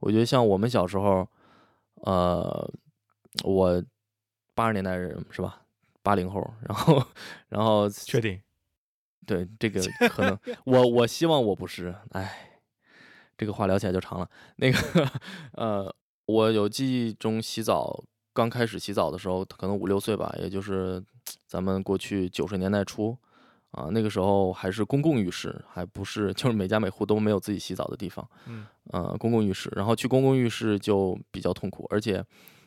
Speaker 3: 我觉得像我们小时候，呃，我八十年代人是吧？八零后，然后 *laughs* 然后
Speaker 2: 确定。
Speaker 3: 对，这个可能我我希望我不是，哎，这个话聊起来就长了。那个呃，我有记忆中洗澡，刚开始洗澡的时候，可能五六岁吧，也就是咱们过去九十年代初啊，那个时候还是公共浴室，还不是就是每家每户都没有自己洗澡的地方，
Speaker 2: 嗯，
Speaker 3: 呃，公共浴室，然后去公共浴室就比较痛苦，而且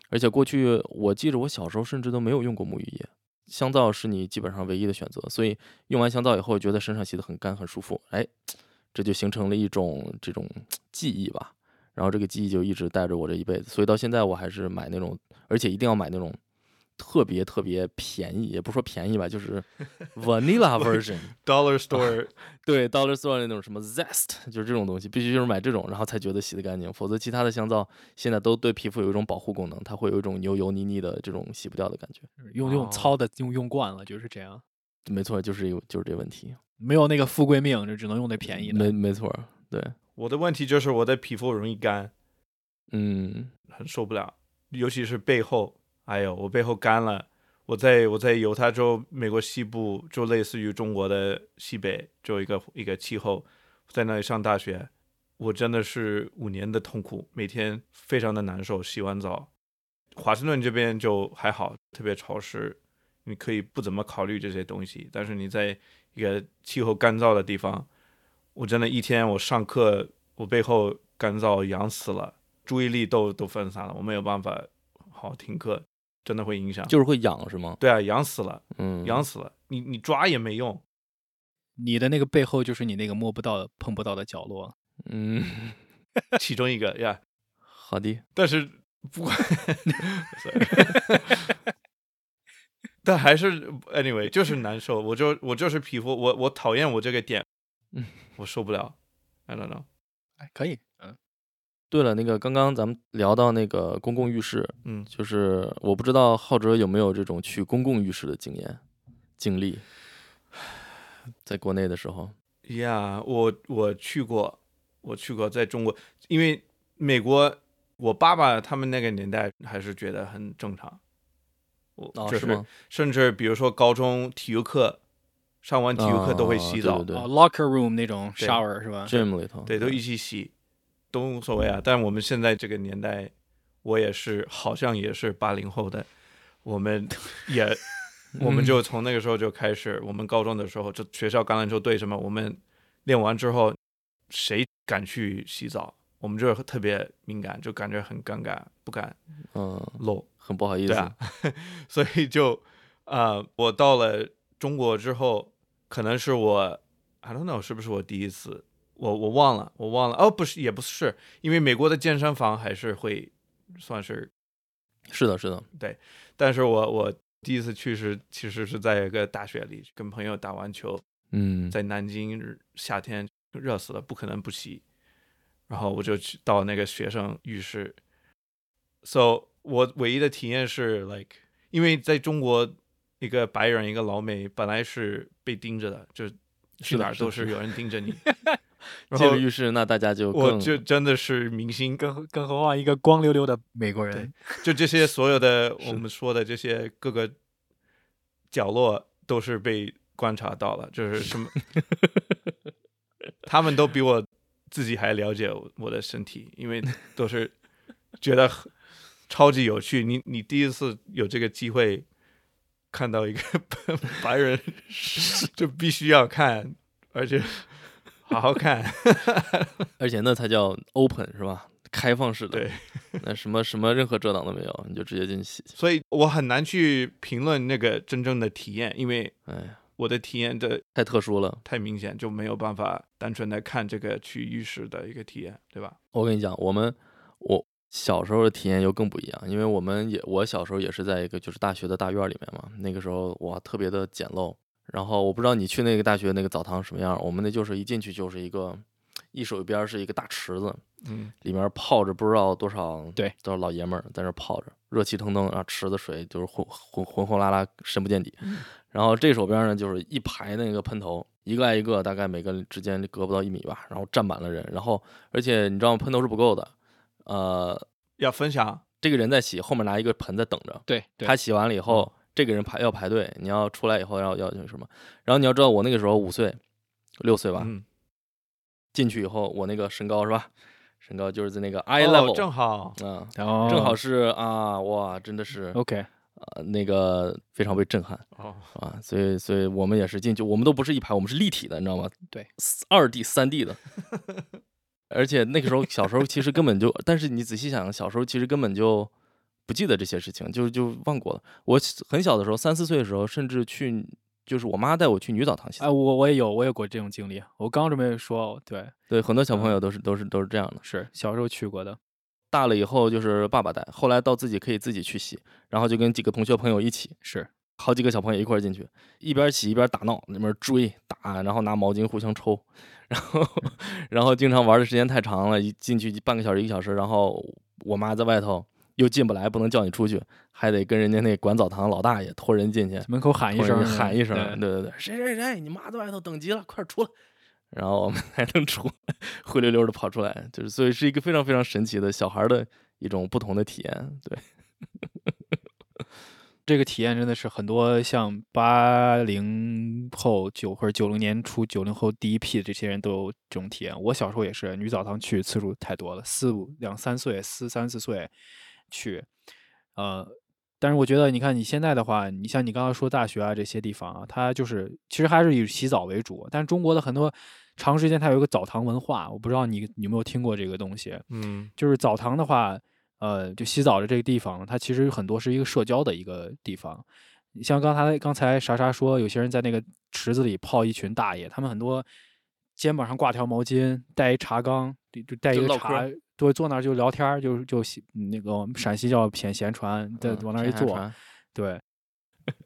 Speaker 3: 而且过去我记着我小时候甚至都没有用过沐浴液，香皂是你基本上唯一的选择，所以用完香皂以后觉得身上洗得很干很舒服，哎，这就形成了一种这种记忆吧，然后这个记忆就一直带着我这一辈子，所以到现在我还是买那种，而且一定要买那种。特别特别便宜，也不是说便宜吧，就是
Speaker 1: *laughs*
Speaker 3: vanilla version，
Speaker 2: Dollar Store *laughs*
Speaker 3: 对，Dollar Store 那种什么 Zest，就是这种东西，必须就是买这种，然后才觉得洗得干净。否则其他的香皂现在都对皮肤有一种保护功能，它会有一种油油腻腻的这种洗不掉的感觉。
Speaker 1: 用用
Speaker 2: 哦
Speaker 1: 糙的用用惯了就是这样，
Speaker 3: 没错，就是有就是这问题。
Speaker 1: 没有那个富贵命，就只能用那便宜
Speaker 3: 没
Speaker 1: 的。
Speaker 3: 没错，对，
Speaker 2: 我的问题就是我的皮肤容易干，
Speaker 3: 嗯，
Speaker 2: 很受不了，尤其是背后。哎呦，我背后干了。我在我在犹他州美国西部，就类似于中国的西北，就一个一个气候，在那里上大学，我真的是五年的痛苦，每天非常的难受。洗完澡，华盛顿这边就还好，特别潮湿，你可以不怎么考虑这些东西。但是你在一个气候干燥的地方，我真的一天我上课，我背后干燥痒死了。注意力都都分散了，我没有办法好好听课，真的会影响。
Speaker 3: 就是会痒是吗？
Speaker 2: 对啊，痒死了，啊
Speaker 3: 嗯，
Speaker 2: 痒死了，你你抓也没用。
Speaker 1: 你的那个背后就是你那个摸不到、碰不到的角落。
Speaker 3: 嗯， *laughs*
Speaker 2: 其中一个呀
Speaker 3: 好的，
Speaker 2: 但是不
Speaker 3: *laughs*
Speaker 2: 管， *laughs* 但还是 anyway 就是难受。我就我就是皮肤，我我讨厌我这个点
Speaker 3: 嗯，
Speaker 2: 我受不了。I don't know。
Speaker 1: 哎，可以，嗯，
Speaker 3: 对了，那个刚刚咱们聊到那个公共浴室，
Speaker 2: 嗯，
Speaker 3: 就是我不知道浩哲有没有这种去公共浴室的经验经历，在国内的时候，
Speaker 2: 呀、我我去过，我去过，在中国，因为美国，我爸爸他们那个年代还是觉得很正常。我
Speaker 3: 哦，
Speaker 2: 就是
Speaker 3: 吗？？
Speaker 2: 甚至比如说高中体育课，上完体育课都会洗澡，
Speaker 3: 啊对对
Speaker 1: 哦，locker room 那种
Speaker 2: 对
Speaker 1: shower 是吧？
Speaker 3: ，gym 里头，
Speaker 2: 对都一起洗，都无所谓啊。但我们现在这个年代，我也是好像也是八零后的，我们也。我们就从那个时候就开始，我们高中的时候，就学校橄榄球队什么，我们练完之后，谁敢去洗澡，我们就特别敏感，就感觉很尴尬，不敢
Speaker 3: 嗯，
Speaker 2: 露。
Speaker 3: 很不好意思，
Speaker 2: 对啊，所以就呃，我到了中国之后，可能是我 I don't know 是不是我第一次，我我忘了，我忘了哦，不是也不是，因为美国的健身房还是会算是，
Speaker 3: 是的，是的，
Speaker 2: 但是我我第一次去是其实是在一个大学里跟朋友打完球，
Speaker 3: 嗯，
Speaker 2: 在南京夏天热死了，不可能不洗。然后我就去到那个学生浴室，so 我唯一的体验是 like，因为在中国一个白人一个老美本来是被盯着的，就是去哪儿
Speaker 3: 是的
Speaker 2: 都
Speaker 3: 是的
Speaker 2: 是有人盯着
Speaker 3: *laughs*
Speaker 2: 你。然
Speaker 3: 进
Speaker 2: 后
Speaker 3: 了浴室，那大家就
Speaker 2: 我
Speaker 3: 更
Speaker 2: 就真的是明星，
Speaker 1: 更更何况一个光溜溜的美国人，
Speaker 2: 就这些所有的
Speaker 3: 是
Speaker 2: 我们说的这些各个角落都是被观察到了，就是什么，他们都比我自己还了解我我的身体，因为都是觉得很超级有趣。你你第一次有这个机会看到一个 *laughs* 白人，就必须要看，而且好好看。
Speaker 3: 而且那才叫 open 是吧？开放式的，
Speaker 2: 对，
Speaker 3: 那什么什么任何遮挡都没有，你就直接进去。
Speaker 2: 所以我很难去评论那个真正的体验，因为
Speaker 3: 哎呀，
Speaker 2: 我的体验的
Speaker 3: 太特殊了。
Speaker 2: 太明显，就没有办法单纯的看这个去浴室的一个体验，对吧？
Speaker 3: 我跟你讲，我们我小时候的体验又更不一样，因为我们也我小时候也是在一个就是大学的大院里面嘛，那个时候哇特别的简陋。然后我不知道你去那个大学那个澡堂什么样，我们那就是一进去就是一个一手一边儿是一个大池子，
Speaker 2: 嗯，
Speaker 3: 里面泡着不知道多少，
Speaker 1: 对，
Speaker 3: 多少老爷们儿在那泡着，热气腾腾啊，池子水就是浑浑浑浑啦啦，深不见底。
Speaker 2: 嗯
Speaker 3: 然后这手边呢，就是一排那个喷头，一个挨一个，大概每个之间隔不到一米吧，然后站满了人。然后而且你知道吗？喷头是不够的，呃，
Speaker 2: 要分享，
Speaker 3: 这个人在洗，后面拿一个盆在等着，
Speaker 1: 对对
Speaker 3: 他洗完了以
Speaker 2: 嗯
Speaker 3: 后，这个人排要排队，你要出来以后要要那什么？然后你要知道，我那个时候五岁，六岁吧，
Speaker 2: 嗯，
Speaker 3: 进去以后我那个身高是吧？身高就是在那个 eye level，
Speaker 2: 哦，正好，
Speaker 3: 啊。
Speaker 1: 然后
Speaker 3: 正好是啊，哇，真的是
Speaker 1: 哦 OK，
Speaker 3: 呃那个非常被震撼
Speaker 2: 哦，
Speaker 3: 啊，所以所以我们也是进去，我们都不是一排，我们是立体的，你知道吗？
Speaker 1: 对，
Speaker 3: 二 D、三 D 的， *laughs* 而且那个时候小时候其实根本就， *laughs* 但是你仔细想，小时候其实根本就不记得这些事情，就就忘过了。我很小的时候，三四岁的时候，甚至去就是我妈带我去女澡堂洗澡
Speaker 1: 哎，，我我也有，我也有过这种经历。我刚准备说，哦对，
Speaker 3: 对，很多小
Speaker 1: 嗯
Speaker 3: 朋友都是都是都是这样的。
Speaker 1: 是小时候去过的。
Speaker 3: 大了以后就是爸爸带，后来到自己可以自己去洗，然后就跟几个同学朋友一起，
Speaker 1: 是，
Speaker 3: 好几个小朋友一块儿进去，一边洗一边打闹，那边追打，然后拿毛巾互相抽， *laughs* 然后然后经常玩的时间太长了，一进去半个小时一个小时，然后我妈在外头又进不来，不能叫你出去，还得跟人家那管澡堂老大爷拖人进去，
Speaker 1: 门口喊一
Speaker 3: 或者
Speaker 1: 声，
Speaker 3: 是喊一声，
Speaker 1: 对
Speaker 3: 对对对，谁谁谁，你妈在外头等急了，快点出来。然后我们 *laughs* 还能出来，灰溜溜的跑出来，就是所以是一个非常非常神奇的小孩儿的一种不同的体验。对，
Speaker 1: 这个体验真的是很多像八零后九或者九零年初、九零后第一批的这些人都有这种体验。我小时候也是，女澡堂去次数太多了，四五两三岁、四三四岁去，呃，但是我觉得你看你现在的话，你像你刚刚说大学啊这些地方啊，它就是其实还是以洗澡为主，但中国的很多长时间它有一个澡堂文化，我不知道你你有没有听过这个东西，
Speaker 2: 嗯，
Speaker 1: 就是澡堂的话，呃，就洗澡的这个地方，它其实很多是一个社交的一个地方。你像刚才刚才莎莎说，有些人在那个池子里泡一群大爷，他们很多肩膀上挂条毛巾，带一茶缸，就就带
Speaker 3: 就
Speaker 1: 一个
Speaker 3: 唠嗑
Speaker 1: 茶
Speaker 3: 儿，
Speaker 1: 对，坐那儿就聊天儿，就就洗那个我们陕西叫谝闲传，在
Speaker 3: 嗯
Speaker 1: 往那儿一
Speaker 3: 天涯
Speaker 1: 坐，
Speaker 3: 船
Speaker 1: 对，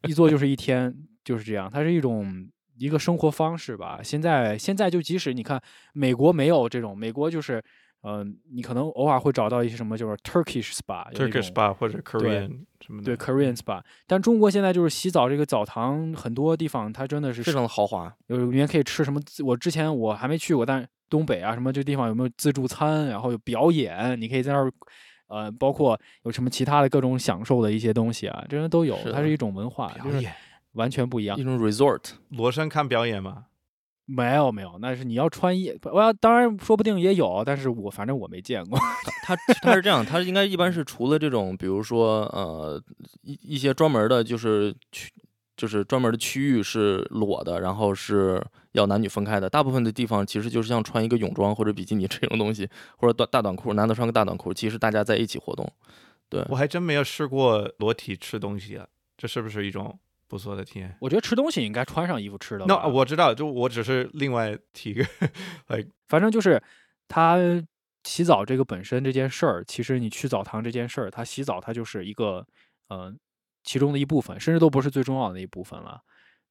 Speaker 1: 一坐就是一天，就是这样。它是一种一个生活方式吧。现在现在就即使你看美国没有这种，美国就是，嗯、你可能偶尔会找到一些什么就是 Turkish spa，有那
Speaker 2: Turkish
Speaker 1: 种
Speaker 2: spa 嗯或者 Korean 什么
Speaker 1: 对
Speaker 2: 的，
Speaker 1: Korean spa。但中国现在就是洗澡这个澡堂，很多地方它真的是
Speaker 3: 非常的豪华。
Speaker 1: 有里面可以吃什么自？我之前我还没去过，但是东北啊什么这地方有没有自助餐？然后有表演，你可以在那儿，呃，包括有什么其他的各种享受的一些东西啊，这些都有。
Speaker 3: 是
Speaker 1: 它
Speaker 3: 的
Speaker 1: 是一种文化，就
Speaker 2: 表
Speaker 1: 是
Speaker 2: 演，
Speaker 1: 完全不一样
Speaker 3: 一。种 resort，
Speaker 2: 罗生看表演嘛，
Speaker 1: 没有没有，那是你要穿衣，我要当然说不定也有，但是我反正我没见过。 *laughs*
Speaker 3: 它它是这样，它应该一般是除了这种，比如说呃一一些专门的，就是区就是专门的区域是裸的，然后是要男女分开的。大部分的地方其实就是像穿一个泳装或者比基尼这种东西，或者短大短裤，男的穿个大短裤，其实大家在一起活动。对，
Speaker 2: 我还真没有试过裸体吃东西啊，这是不是一种不错的体验？
Speaker 1: 我觉得吃东西应该穿上衣服吃的
Speaker 2: 那、
Speaker 1: 吧
Speaker 2: 我知道，就我只是另外提一个，
Speaker 1: 反正就是他洗澡这个本身这件事儿，其实你去澡堂这件事儿，他洗澡它就是一个呃其中的一部分，甚至都不是最重要的一部分了。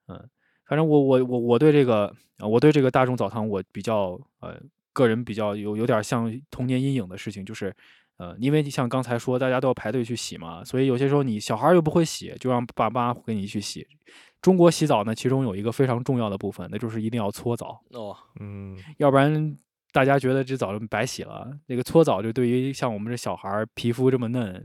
Speaker 1: 嗯，反正我我我我对这个、呃我对这个大众澡堂我比较呃个人比较有有点像童年阴影的事情，就是呃，因为你像刚才说，大家都要排队去洗嘛，所以有些时候你小孩儿又不会洗，就让爸妈给你去洗。中国洗澡呢，其中有一个非常重要的部分，那就是一定要搓澡，
Speaker 3: 哦，
Speaker 2: 嗯，
Speaker 1: 要不然大家觉得这澡就白洗了。那个搓澡就对于像我们这小孩儿皮肤这么嫩，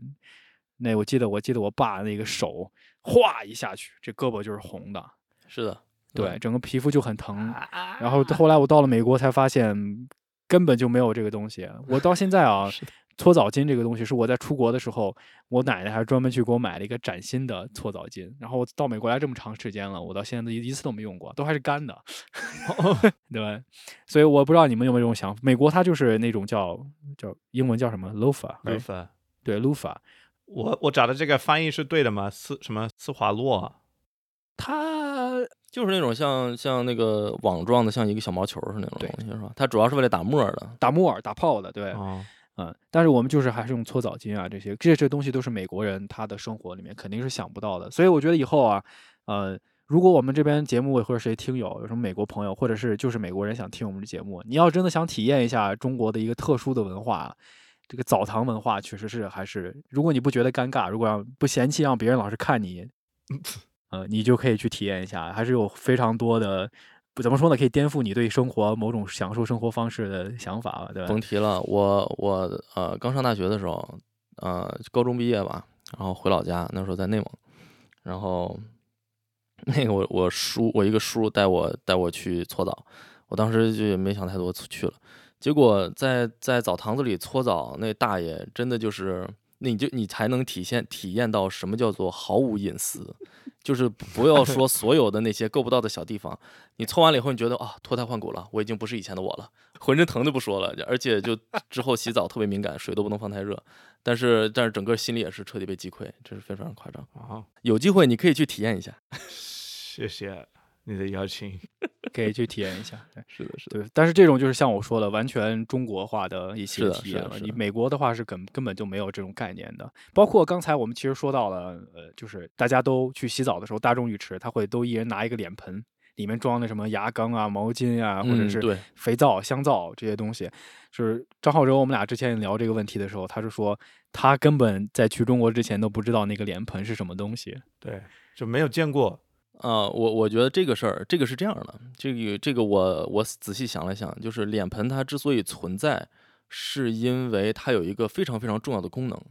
Speaker 1: 那我记得我记得我爸那个手哗一下去，这胳膊就是红的，
Speaker 3: 是的，，
Speaker 1: 对，整个皮肤就很疼。
Speaker 2: 然
Speaker 1: 然后后来我到了美国才发现，根本就没有这个东西。我到现在啊
Speaker 3: 是的
Speaker 1: 搓澡巾这个东西是我在出国的时候，我奶奶还专门去给我买了一个崭新的搓澡巾。然后我到美国来这么长时间了，我到现在一一次都没用过，都还是干
Speaker 3: *laughs*
Speaker 1: 的。
Speaker 3: 哦
Speaker 1: *laughs* 对，所以我不知道你们有没有这种想法。美国它就是那种叫叫英文叫什么 loofah，
Speaker 2: 对
Speaker 1: right？对 loofah，
Speaker 2: 哎我我找的这个翻译是对的吗？斯什么斯华洛啊？
Speaker 1: 它
Speaker 3: 就是那种像像那个网状的，像一个小毛球似的那种
Speaker 1: 对
Speaker 3: 东西，是吧？它主要是为了打沫儿的。
Speaker 1: 打木耳打泡的，对，
Speaker 2: 哦，
Speaker 1: 嗯，但是我们就是还是用搓澡巾啊，这些这些东西都是美国人他的生活里面肯定是想不到的，所以我觉得以后啊，呃，如果我们这边节目或者谁听友有什么美国朋友，或者是就是美国人想听我们的节目，你要真的想体验一下中国的一个特殊的文化，啊这个澡堂文化确实是还是，如果你不觉得尴尬，如果让不嫌弃让别人老是看你，呃，你就可以去体验一下，还是有非常多的。不怎么说呢，可以颠覆你对生活某种享受生活方式的想法吧，对吧
Speaker 3: 甭？提了，我我呃刚上大学的时候，呃高中毕业吧，然后回老家，那时候在内蒙，然后那个我我叔我一个叔带我带我去搓澡，我当时就也没想太多去了，结果在在澡堂子里搓澡，那大爷真的就是。那你就你才能体现体验到什么叫做毫无隐私，就是不要说所有的那些够不到的小地方，你搓完了以后，你觉得啊脱胎换骨了，我已经不是以前的我了，浑身疼就不说了，而且就之后洗澡特别敏感，水都不能放太热。但是但是整个心里也是彻底被击溃，这是非常夸张。
Speaker 2: 哦，
Speaker 3: 有机会你可以去体验一下。
Speaker 2: 谢谢你的邀请。
Speaker 1: 可以去体验一下。对
Speaker 3: 是的，是的，
Speaker 1: 对，但是这种就是像我说的，完全中国化的一些
Speaker 3: 是的
Speaker 1: 体
Speaker 3: 是的
Speaker 1: 验了。
Speaker 3: 是
Speaker 1: 你
Speaker 3: 的
Speaker 1: 美国的话是根根本就没有这种概念的。包括刚才我们其实说到了，呃，就是大家都去洗澡的时候，大众浴池它会都一人拿一个脸盆，里面装的什么牙缸啊、毛巾啊，或者
Speaker 3: 嗯
Speaker 1: 是
Speaker 3: 对
Speaker 1: 肥皂、香皂这些东西。就是张浩哲，我们俩之前聊这个问题的时候，他是说他根本在去中国之前都不知道那个脸盆是什么东西。
Speaker 2: 对，就没有见过。
Speaker 3: 啊、我我觉得这个事儿，这个是这样的，这个这个我我仔细想了想，就是脸盆它之所以存在，是因为它有一个非常非常重要的功能，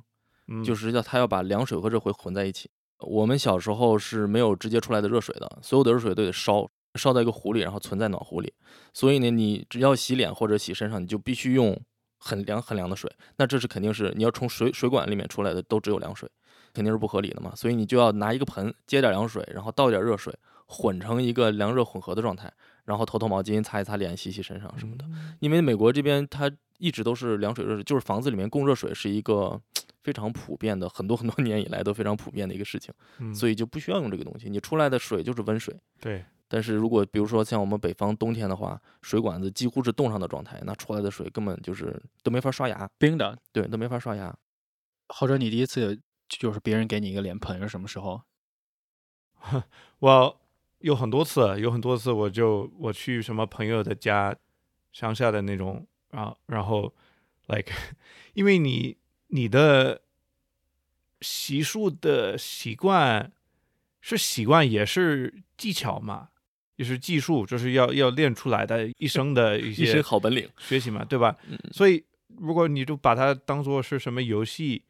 Speaker 2: 嗯，
Speaker 3: 就是要它要把凉水和热水混在一起。我们小时候是没有直接出来的热水的，所有的热水都得烧，烧到一个壶里，然后存在暖壶里。所以呢，你只要洗脸或者洗身上，你就必须用很凉很凉的水。那这是肯定是你要从水水管里面出来的，都只有凉水，肯定是不合理的嘛。所以你就要拿一个盆接点凉水，然后倒点热水，混成一个凉热混合的状态，然后头头毛巾擦一擦脸，洗洗身上什么的。因为美国这边它一直都是凉水热水，就是房子里面供热水是一个非常普遍的，很多很多年 *laughs* 以来都非常普遍的一个事情，
Speaker 2: 嗯，
Speaker 3: 所
Speaker 2: 以
Speaker 3: 以就不需要用这个东西，你出来的水就是温水。
Speaker 2: 对，
Speaker 3: 但是如果比如说像我们北方冬天的话，水管子几乎是冻上的状态，那出来的水根本就是都没法刷牙，
Speaker 1: 冰的，
Speaker 3: 对，都没法刷牙。
Speaker 1: 浩哲，你第一次就是别人给你一个脸盆是什么时候？
Speaker 2: 我有很多次，有很多次，我就我去什么朋友的家，乡下的那种啊，然后，like，因 *laughs* 为你你的习俗的习惯是习惯，也是技巧嘛，也是技术，就是要要练出来的一生的一
Speaker 3: 一身
Speaker 2: 些
Speaker 3: 好本领，
Speaker 2: 学习嘛，对吧？
Speaker 3: 嗯，
Speaker 2: 所以如果你就把它当做是什么游戏，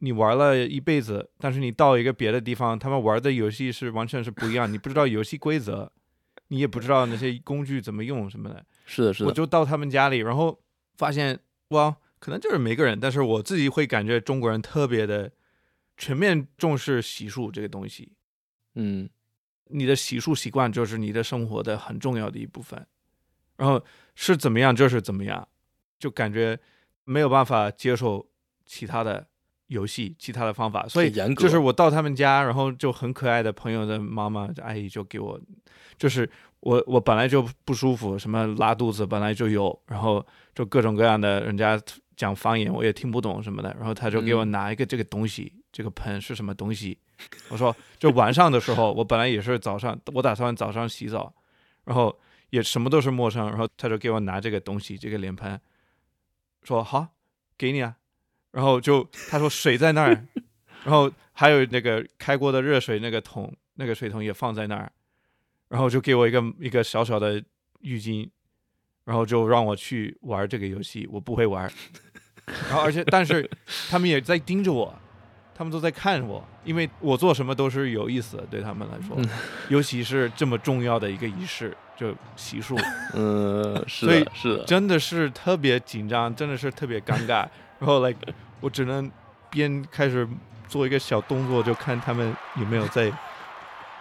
Speaker 2: 你玩了一辈子，但是你到一个别的地方，他们玩的游戏是完全是不一样，你不知道游戏规
Speaker 3: *laughs*
Speaker 2: 则，你也不知道那些工具怎么用什么的。
Speaker 3: 是的，是
Speaker 2: 我
Speaker 3: 的，
Speaker 2: 就到他们家里，然后发现哇，可能就是每个人，但是我自己会感觉中国人特别的全面重视习俗这个东西。
Speaker 3: 嗯，
Speaker 2: 你的习俗习惯就是你的生活的很重要的一部分，然后是怎么样就是怎么样，就感觉没有办法接受其他的游戏、其他的方法，所以
Speaker 3: 严格
Speaker 2: 就是我到他们家，然后就很可爱的朋友的妈妈阿姨就给我，就是我我本来就不舒服，什么拉肚子本来就有，然后就各种各样的人家讲方言我也听不懂什么的，然后他就给我
Speaker 3: 嗯
Speaker 2: 拿一个这个东西，这个盆是什么东西， *laughs* 我说，就晚上的时候，我本来也是早上，我打算早上洗澡，然后也什么都是陌生，然后他就给我拿这个东西，这个脸盆，说好，给你啊。然后就他说水在那儿， *laughs* 然后还有那个开锅的热水那个桶，那个水桶也放在那儿，然后就给我一个一个小小的浴巾，然后就让我去玩这个游戏，我不会玩儿，然后而且但
Speaker 3: *laughs*
Speaker 2: 是他们也在盯着我，他们都在看我，因为我做什么都是有意思的，对他们来说，
Speaker 3: 嗯
Speaker 2: 尤其是这么重要的一个仪式，就习
Speaker 3: *laughs*
Speaker 2: 俗。 *laughs*
Speaker 3: 嗯，是
Speaker 2: 所以
Speaker 3: 的，是的，
Speaker 2: 真的是特别紧张，真的是特别尴尬。然后 like 我只能边开始做一个小动作，就看他们有没有在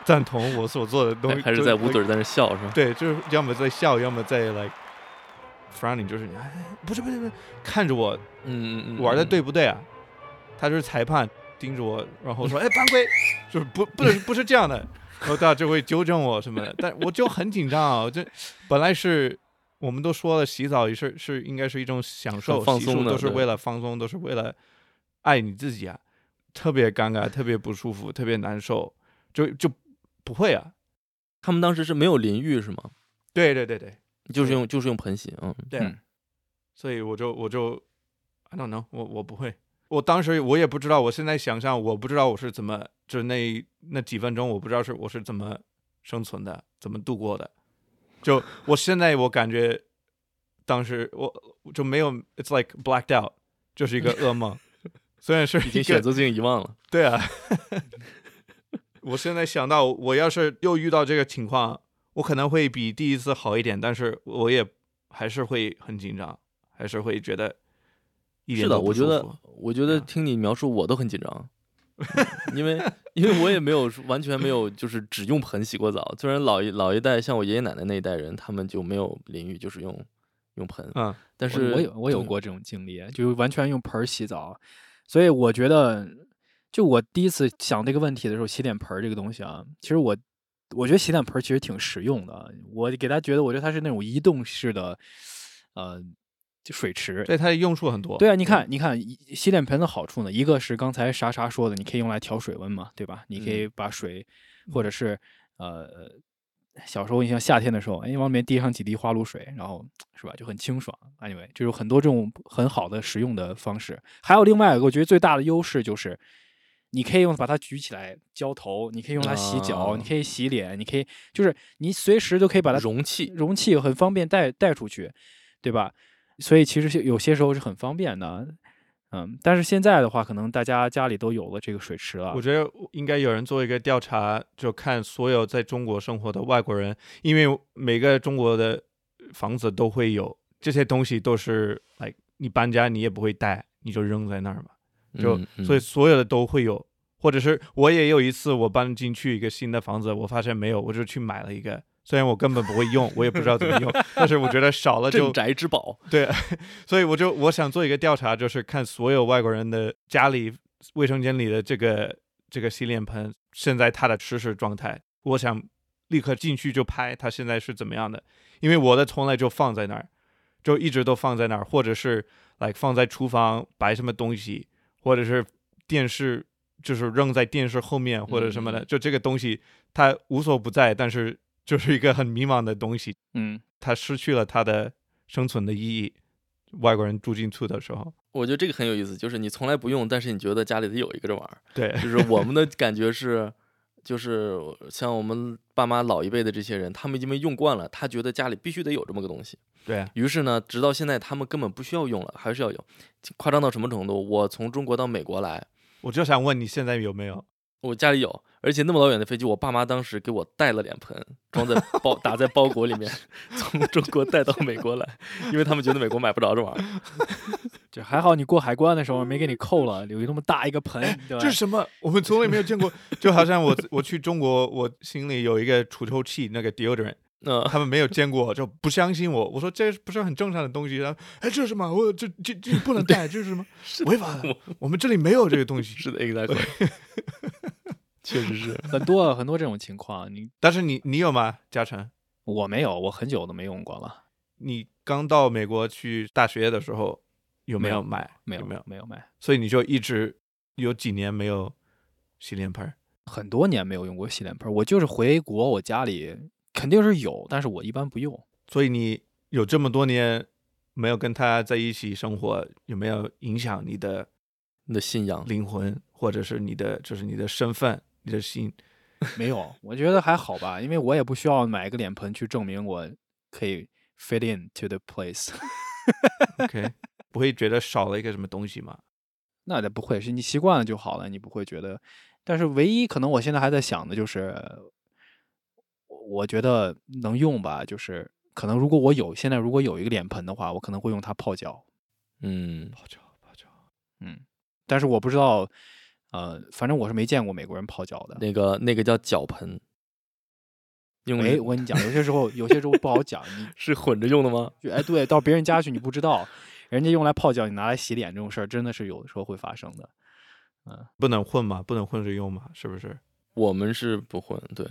Speaker 2: 赞同我所做的东西，
Speaker 3: 还
Speaker 2: 就是
Speaker 3: 在捂嘴儿在那笑是吧？
Speaker 2: 对，就是要么在笑，要么在 like frowning，就是哎，不是不是不是，看着我
Speaker 3: 嗯嗯嗯，
Speaker 2: 玩的
Speaker 3: 嗯
Speaker 2: 对不对啊？他就是裁判盯着我，然后说：“哎，犯规！”就是不不能不是这样的，然后他就会纠正我什么的。但我就很紧张啊，我就本来是我们都说了，洗澡也是是应该是一种享受，
Speaker 3: 很放
Speaker 2: 洗漱
Speaker 3: 松的
Speaker 2: 都是
Speaker 3: 对
Speaker 2: 为了放松，都是为了爱你自己啊，特别尴尬，特别不舒服，特别难受，就就不会啊。
Speaker 3: 他们当时是没有淋浴是吗？
Speaker 2: 对对对对
Speaker 3: 就是
Speaker 2: 对
Speaker 3: 用就是用盆洗，嗯，
Speaker 2: 对啊、
Speaker 1: 嗯
Speaker 2: 所以我就我就 I don't know，我我不会。我当时我也不知道，我现在想象我不知道我是怎么，就那那几分钟，我不知道是我是怎么生存的，怎么度过的。就我现在我感觉，当时我我就没有，it's like blacked out，就是一个噩
Speaker 3: *laughs*
Speaker 2: 梦。虽然是
Speaker 3: 已
Speaker 2: 一
Speaker 3: 经
Speaker 2: 个
Speaker 3: 选择性遗忘了。
Speaker 2: 对啊， *laughs* 我现在想到，我要是又遇到这个情况，我可能会比第一次好一点，但是我也还是会很紧张，还是会觉得一点
Speaker 3: 是
Speaker 2: 都
Speaker 3: 的，
Speaker 2: 不
Speaker 3: 我觉
Speaker 2: 舒
Speaker 3: 得
Speaker 2: 服，
Speaker 3: 我觉得
Speaker 2: 嗯
Speaker 3: 听你描述，我都很
Speaker 2: *laughs*
Speaker 3: 紧张，嗯因为因为我也没有完全没有就是只用盆洗过澡。虽然老一老一代像我爷爷奶奶那一代人，他们就没有淋浴，就是用用盆，
Speaker 2: 嗯，
Speaker 3: 但
Speaker 1: 我
Speaker 3: 是
Speaker 1: 我有我有
Speaker 3: 总
Speaker 1: 过这种经历，就完全用盆儿洗澡，所以我觉得，就我第一次想这个问题的时候，洗脸盆儿这个东西啊，其实我我觉得洗脸盆儿其实挺实用的，我给它觉得，我觉得它是那种移动式的，呃，就水池。
Speaker 2: 对它的用处很多。
Speaker 1: 对啊，你看，你看一洗脸盆的好处呢，一个是刚才莎莎说的，你可以用来调水温嘛，对吧？你可以把水，或者是呃，小时候你像夏天的时候，哎，往里面滴上几滴花露水，然后是吧，就很清爽。Anyway，就有很多这种很好的使用的方式。还有另外一个，我觉得最大的优势就是。你可以用把它举起来浇头，你可以用它洗脚，
Speaker 3: 啊
Speaker 1: 你可以洗脸，你可以就是你随时都可以把它
Speaker 3: 容器
Speaker 1: 容器很方便带带出去，对吧？所以其实是有些时候是很方便的，嗯。但是现在的话，可能大家家里都有了这个水池了
Speaker 2: 我。觉得应该有人做一个调查，就看所有在中国生活的外国人，因为每个中国的房子都会有这些东西，都是 like 你搬家你也不会带，你就扔在那儿嘛。就
Speaker 3: 嗯嗯
Speaker 2: 所以所有的都会有，或者是我也有一次我搬进去一个新的房子，我发现没有，我就去买了一个，虽然我根本不会用，我也不知道怎么用，但是我觉得少了就
Speaker 3: 镇宅之宝，
Speaker 2: 对， *laughs* 所以我就我想做一个调查，就是看所有外国人的家里卫生间里的这个这个洗脸盆现在它的实时状态，我想立刻进去就拍它现在是怎么样的，因为我的从来就放在那儿，就一直都放在那儿，或者是 like 放在厨房摆什么东西，或者是电视就是扔在电视后面或者什么的，
Speaker 3: 嗯嗯
Speaker 2: 就这个东西它无所不在，但是就是一个很迷茫的东西，
Speaker 1: 嗯，
Speaker 2: 它失去了它的生存的意义。外国人住进去的时候，
Speaker 3: 我觉得这个很有意思，就是你从来不用，但是你觉得家里得有一个这玩意儿。
Speaker 2: 对，
Speaker 3: *laughs* 就是我们的感觉是，就是像我们爸妈老一辈的这些人，他们因为用惯了，他觉得家里必须得有这么个东西。
Speaker 2: 对啊，
Speaker 3: 于是呢，直到现在他们根本不需要用了，还是要有。夸张到什么程度？我从中国到美国来，
Speaker 2: 我就想问你现在有没有？
Speaker 3: 我家里有，而且那么老远的飞机，我爸妈当时给我带了脸盆，装在包打在包裹里 *laughs* 面，从中国带到美国来，因为他们觉得美国买不着这玩意儿。
Speaker 1: 这还好你过海关的时候没给你扣了，有那么大一个盆，对吧？
Speaker 2: 哎
Speaker 1: 啊
Speaker 2: 这是什么？我们从来没有见过。就好像我我去中国，我心里有一个除臭器，那个 deodorant，
Speaker 3: 那、
Speaker 2: 他们没有见过，就不相信我。我说这不是很正常的东西，然后哎，这是什么？我这这这不能带，这是什么？违法的，我们这里没有这个东西。
Speaker 3: *laughs* 是的，exactly，确实是。
Speaker 1: 很多很多这种情况，你
Speaker 2: 但是你你有吗？嘉诚，
Speaker 1: 我没有，我很久都没用过了，
Speaker 2: 你刚到美国去大学的时候有没
Speaker 1: 没
Speaker 2: 有
Speaker 1: 有
Speaker 2: 买？
Speaker 1: 没有
Speaker 2: 有没有？
Speaker 1: 没有买，
Speaker 2: 所以你就一直有几年没有洗脸盆儿。
Speaker 1: 很多年没有用过洗脸盆儿。我就是回国，我家里肯定是有，但是我一般不用。
Speaker 2: 所以你有这么多年没有跟他在一起生活，有没有影响你的
Speaker 3: 你的信仰。
Speaker 2: 灵魂，或者是你的就是你的身份、你的心。
Speaker 1: *laughs* 没有，我觉得还好吧，因为我也不需要买一个脸盆去证明我可以 fit in to the place。 *laughs*
Speaker 2: OK，不会觉得少了一个什么东西吗？
Speaker 1: 那倒不会，是你习惯了就好了，你不会觉得。但是唯一可能我现在还在想的就是，我我觉得能用吧，就是可能如果我有现在如果有一个脸盆的话，我可能会用它泡脚，
Speaker 3: 嗯，
Speaker 2: 泡脚，泡脚。
Speaker 1: 嗯，但是我不知道，呃，反正我是没见过美国人泡脚的。
Speaker 3: 那个那个叫脚盆，用
Speaker 1: 哎，
Speaker 3: 的
Speaker 1: 我跟你讲，有些时候有些时候不好讲，你
Speaker 3: 是混着用的吗？
Speaker 1: 就哎，对，到别人家去你不知道，人家用来泡脚，你拿来洗脸这种事儿，真的是有的时候会发生的。
Speaker 2: 不能混嘛，不能混着用嘛，是不是？
Speaker 3: 我们是不混，对，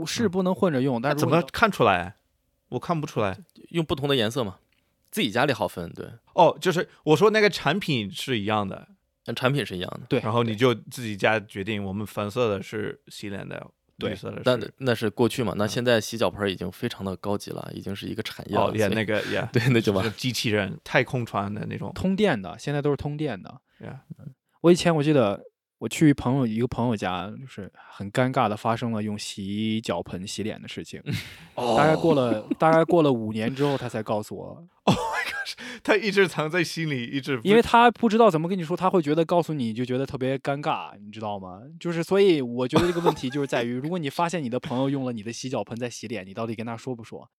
Speaker 1: 我是不能混着用，但
Speaker 2: 嗯那
Speaker 1: 是
Speaker 2: 怎
Speaker 1: 如果
Speaker 2: 么看出来？我看不出来。
Speaker 3: 用不同的颜色嘛，自己家里好分，对，
Speaker 2: 哦，就是我说那个产品是一样的，
Speaker 3: 但产品是一样的，
Speaker 1: 对，
Speaker 2: 然后你就自己家决定，我们粉色的是洗脸的，
Speaker 1: 对
Speaker 2: 绿色的
Speaker 3: 但
Speaker 2: 是嗯
Speaker 3: 那是过去嘛，那现在洗脚盆已经非常的高级了，已经是一个产业了，
Speaker 2: 哦，也
Speaker 3: 所以
Speaker 2: 那个也
Speaker 3: *laughs* 对，那就完
Speaker 2: 是
Speaker 3: 了。
Speaker 2: 机器人太空船的那种。 *laughs*
Speaker 1: 通电的，现在都是通电的。
Speaker 2: Yeah
Speaker 1: 我以前我记得我去朋友一个朋友家，就是很尴尬的发生了用洗脚盆洗脸的事
Speaker 2: *laughs*
Speaker 1: 情，大概过
Speaker 2: 哦
Speaker 1: 了大概过了五年之后，他才告诉我，
Speaker 2: 他一直藏在心里，一直哦
Speaker 1: 因为他不知道怎么跟你说，他会觉得告诉你就觉得特别尴尬，你知道吗？就是所以我觉得这个问题就是在于，如果你发现你的朋友用了你的洗脚盆在洗脸，你到底跟他说不说？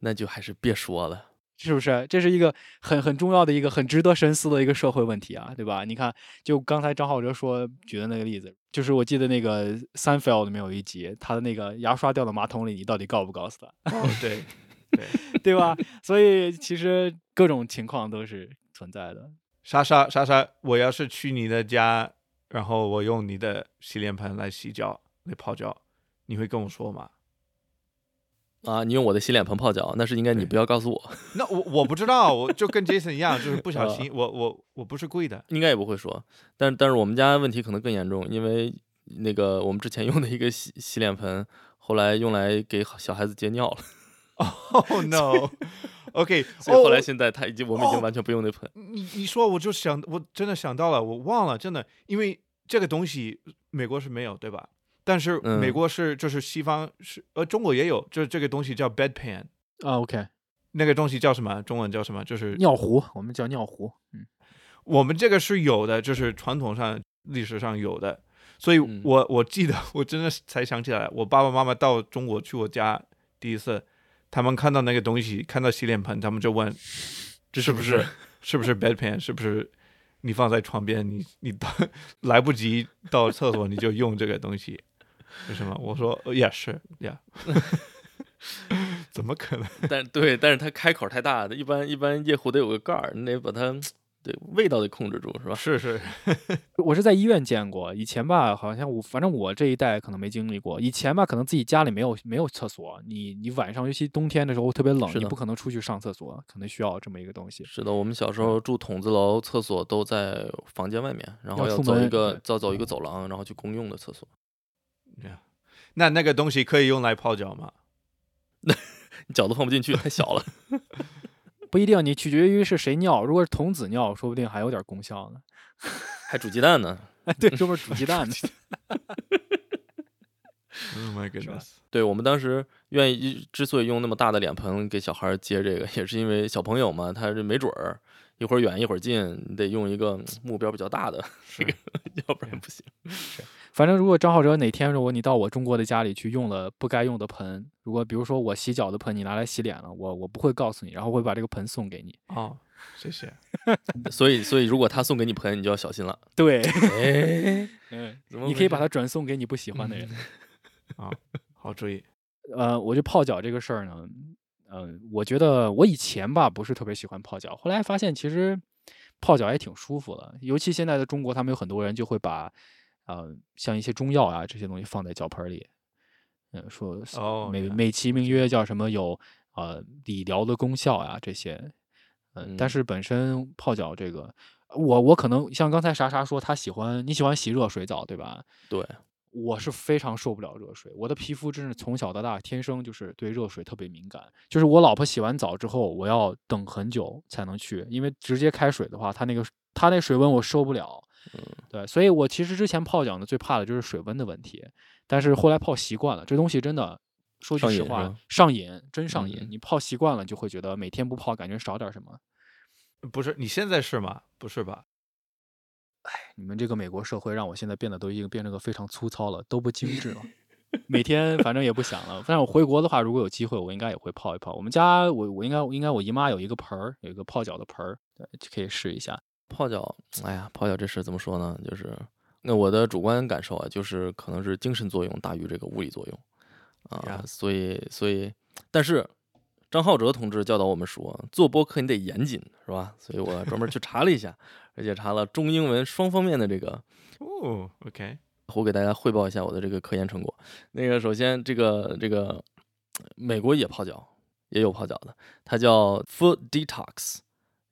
Speaker 3: 那就还是别说了。
Speaker 1: 是不是？这是一个很很重要的一个很值得深思的一个社会问题啊，对吧？你看，就刚才张浩哲说举的那个例子，就是我记得那个《三 fail》里面有一集，他的那个牙刷掉到马桶里，你到底告不告诉他，
Speaker 2: 哦，对对。
Speaker 1: 对吧？所以其实各种情况都是存在的。
Speaker 2: 莎莎莎莎，我要是去你的家，然后我用你的洗脸盆来洗脚来泡脚，你会跟我说吗？
Speaker 3: 啊，你用我的洗脸盆泡脚，那是应该你
Speaker 2: 对
Speaker 3: 不要告诉我， *laughs*
Speaker 2: 那我我不知道，我就跟 Jason 一样，就是不
Speaker 3: 嗯
Speaker 2: 小心，我我我不是故
Speaker 3: *laughs*
Speaker 2: 意的。
Speaker 3: 应该也不会说。但但是我们家问题可能更严重，因为那个我们之前用的一个洗洗脸盆，后来用来给小孩子接尿了， *laughs*
Speaker 2: Oh no，OK，、
Speaker 3: 所以后
Speaker 2: 哦
Speaker 3: 来现在他已经我们已经完全不用那盆。
Speaker 2: 你你说我就想，我真的想到了，我忘了，真的，因为这个东西美国是没有，对吧？但是
Speaker 3: 嗯
Speaker 2: 美国是就是西方是呃中国也有，就是这个东西叫 bedpan，
Speaker 1: 啊，OK，
Speaker 2: 那个东西叫什么？中文叫什么？就是
Speaker 1: 尿壶，我们叫尿壶，嗯，
Speaker 2: 我们这个是有的，就是传统上历史上有的，所以
Speaker 3: 嗯
Speaker 2: 我我记得 *laughs* 我真的是才想起来，我爸爸妈妈到中国去我家第一次，他们看到那个东西，看到洗脸盆，他们就问这是不是是不是 bedpan，是不是你放在床边，你你 *laughs* 到来不及到厕所你就用这个东西，为什么？我说呃也是呀， *laughs* 怎么可能？
Speaker 3: 但对，但是它开口太大，一般一般夜壶得有个盖儿，你得把它对味道得控制住，是吧？
Speaker 2: 是是，
Speaker 1: 我是在医院见过，以前吧，好像我反正我这一代可能没经历过，以前吧，可能自己家里没有没有厕所，你你晚上尤其冬天的时候特别冷，
Speaker 3: 是
Speaker 1: 你
Speaker 3: 的
Speaker 1: 不可能出去上厕所，可能需要这么一个东西。
Speaker 3: 是的，我们小时候住筒子楼，厕所都在房间外面，然后
Speaker 1: 要
Speaker 3: 要
Speaker 1: 出
Speaker 3: 走一
Speaker 1: 门
Speaker 3: 个
Speaker 1: 对嗯
Speaker 3: 要走一个走廊，然后去公用的厕所。
Speaker 2: 那那个东西可以用来泡脚吗？
Speaker 3: 你脚都放不进去，太小
Speaker 1: *laughs*
Speaker 3: 了。
Speaker 1: 不一定，你取决于是谁尿。如果是童子尿，说不定还有点功效呢。 *laughs*
Speaker 3: 还煮鸡蛋呢。
Speaker 1: 对，专门煮鸡
Speaker 3: *laughs*
Speaker 1: 蛋呢。
Speaker 2: Oh
Speaker 1: 吧
Speaker 2: my goodness！
Speaker 3: 对我们当时愿意之所以用那么大的脸盆给小孩儿接这个，也是因为小朋友嘛，他这没准儿一会儿远一会儿近，你得用一个嗯目标比较大的， *laughs* 这个要不然不行。
Speaker 1: 反正如果张浩哲哪天如果你到我中国的家里去用了不该用的盆，如果比如说我洗脚的盆你拿来洗脸了，我我不会告诉你，然后会把这个盆送给你。
Speaker 2: 哦，谢谢。
Speaker 3: 所以，所以如果他送给你盆，你就要小心了。
Speaker 1: *laughs* 对，
Speaker 3: 哎，
Speaker 1: 嗯，
Speaker 3: 怎么
Speaker 1: 你可以把
Speaker 3: 回
Speaker 1: 它转送给你不喜欢的人。
Speaker 2: 好注意。
Speaker 1: 呃，我就泡脚这个事儿呢，呃，我觉得我以前吧不是特别喜欢泡脚，后来发现其实泡脚也挺舒服的，尤其现在的中国，他们有很多人就会把呃像一些中药啊这些东西放在脚盆儿里，嗯、说是
Speaker 2: 哦
Speaker 1: 美
Speaker 2: 原来
Speaker 1: 美其名曰叫什么有呃理疗的功效啊这些，嗯、但
Speaker 3: 嗯
Speaker 1: 是本身泡脚这个，我我可能像刚才莎莎说，她喜欢你喜欢洗热水澡对吧？
Speaker 3: 对，
Speaker 1: 我是非常受不了热水，我的皮肤真是从小到大天生就是对热水特别敏感。就是我老婆洗完澡之后，我要等很久才能去，因为直接开水的话，它那个它那水温我受不了。
Speaker 3: 嗯
Speaker 1: 对，所以我其实之前泡脚呢，最怕的就是水温的问题，但是后来泡习惯了，这东西真的。说句
Speaker 3: 上
Speaker 1: 实
Speaker 3: 瘾是
Speaker 1: 话
Speaker 3: 吧，
Speaker 1: 上瘾，真上瘾。
Speaker 3: 嗯
Speaker 1: 你泡习惯了，就会觉得每天不泡，感觉少点什么。
Speaker 2: 不是，你现在是吗？不是吧？
Speaker 1: 你们这个美国社会让我现在变得都已经变成个非常粗糙了，都不精致了。每天反正也不想了，但是我回国的话，如果有机会，我应该也会泡一泡。我们家我我应该应该我姨妈有一个盆儿，有一个泡脚的盆儿，对，就可以试一下。
Speaker 3: 泡脚，哎呀，泡脚这事怎么说呢？就是那我的主观感受啊，就是可能是精神作用大于这个物理作用啊
Speaker 2: 呀
Speaker 3: 所以所以，但是张浩哲同志教导我们说，做播客你得严谨，是吧？所以我专门去查了一下， *laughs* 而且查了中英文双方面的这个
Speaker 2: 哦，OK，
Speaker 3: 我给大家汇报一下我的这个科研成果。那个，首先这个这个美国也泡脚，也有泡脚的，它叫 foot detox，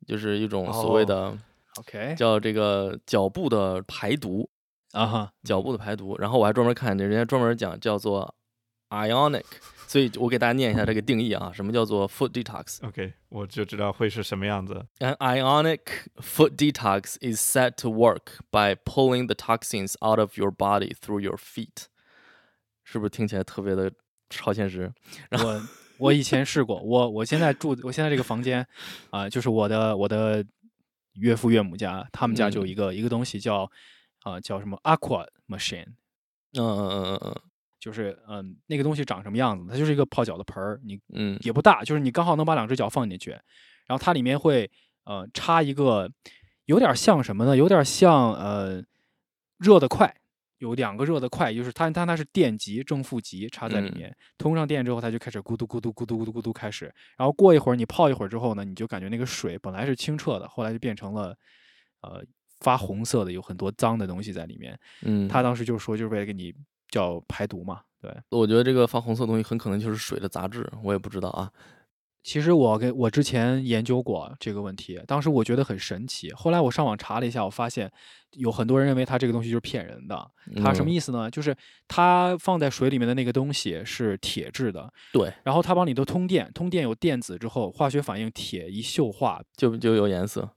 Speaker 3: 就是一种所谓的
Speaker 1: OK，
Speaker 3: 叫这个脚部的排毒，
Speaker 1: 啊哈，
Speaker 3: 脚部的排毒。然后我还专门看人家专门讲叫做 ionic，所以我给大家念一下这个定义啊，什么叫做 foot detox？
Speaker 2: OK，我就知道会是什么样子。
Speaker 3: An ionic foot detox is said to work by pulling the toxins out of your body through your feet，是不是听起来特别的超现实？
Speaker 1: 我我以前试过，我我现在住我现在这个房间啊、就是我的我的岳父岳母家，他们家就有
Speaker 3: 嗯
Speaker 1: 一个、一个东西叫啊、叫什么 Aqua Machine，
Speaker 3: 嗯嗯嗯嗯
Speaker 1: 就是嗯那个东西长什么样子，它就是一个泡脚的盆儿，你
Speaker 3: 嗯
Speaker 1: 也不大，就是你刚好能把两只脚放进去，然后它里面会呃插一个，有点像什么呢？有点像呃热得快，有两个热得快，就是它它它是电极正负极插在里
Speaker 3: 嗯
Speaker 1: 面，通上电之后它就开始咕嘟咕嘟咕嘟咕嘟咕嘟开始，然后过一会儿你泡一会儿之后呢，你就感觉那个水本来是清澈的，后来就变成了呃发红色的，有很多脏的东西在里面。
Speaker 3: 嗯，
Speaker 1: 他当时就说就是为了给你叫排毒嘛，对。
Speaker 3: 我觉得这个发红色的东西很可能就是水的杂质，我也不知道啊。
Speaker 1: 其实我跟我之前研究过这个问题，当时我觉得很神奇。后来我上网查了一下，我发现有很多人认为它这个东西就是骗人的。它什么
Speaker 3: 思？
Speaker 1: 意思呢？就是它放在水里面的那个东西是铁质的，
Speaker 3: 对，
Speaker 1: 然后它往里头通电，通电有电子之后，化学反应铁一溴化，
Speaker 3: 就就有颜色，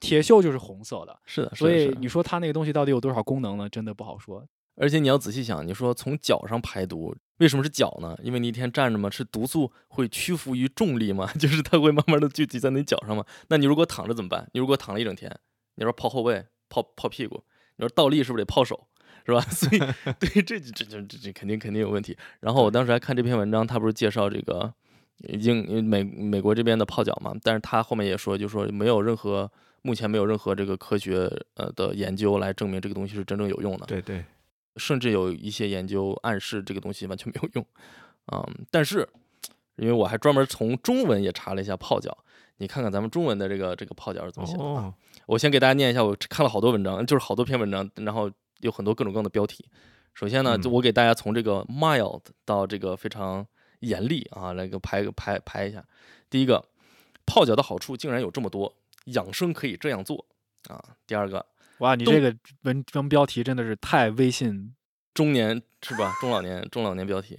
Speaker 1: 铁锈就是红色的。
Speaker 3: 是的，是
Speaker 1: 所
Speaker 3: 的。是
Speaker 1: 以
Speaker 3: 的
Speaker 1: 你说它那个东西到底有多少功能呢？真的不好说。
Speaker 3: 而且你要仔细想，你说从脚上排毒，为什么是脚呢？因为你一天站着嘛，是毒素会屈服于重力嘛， *laughs* 就是它会慢慢的聚集在你脚上嘛。那你如果躺着怎么办？你如果躺了一整天，你说泡后背、泡泡屁股，你说倒立是不是得泡手？是吧？ *laughs* 所以对这这这这这肯定肯定有问题。然后我当时还看这篇文章，他不是介绍这个英美美国这边的泡脚嘛？但是他后面也说，就说没有任何目前没有任何这个科学呃的研究来证明这个东西是真正有用的。
Speaker 2: 对对，
Speaker 3: 甚至有一些研究暗示这个东西完全没有用，嗯，但是因为我还专门从中文也查了一下泡脚，你看看咱们中文的这个这个泡脚是怎么写的、啊？
Speaker 2: 哦，
Speaker 3: *laughs* 我先给大家念一下，我看了好多文章，就是好多篇文章，然后有很多各种各样的标题。首先呢，
Speaker 2: 嗯
Speaker 3: 就我给大家从这个 mild 到这个非常严厉啊，来个排个排排一下。第一个，泡脚的好处竟然有这么多，养生可以这样做啊。第二个，
Speaker 1: 哇，你
Speaker 3: 动
Speaker 1: 这个文章标题真的是太微信
Speaker 3: 中年是吧？中老年中老年标题。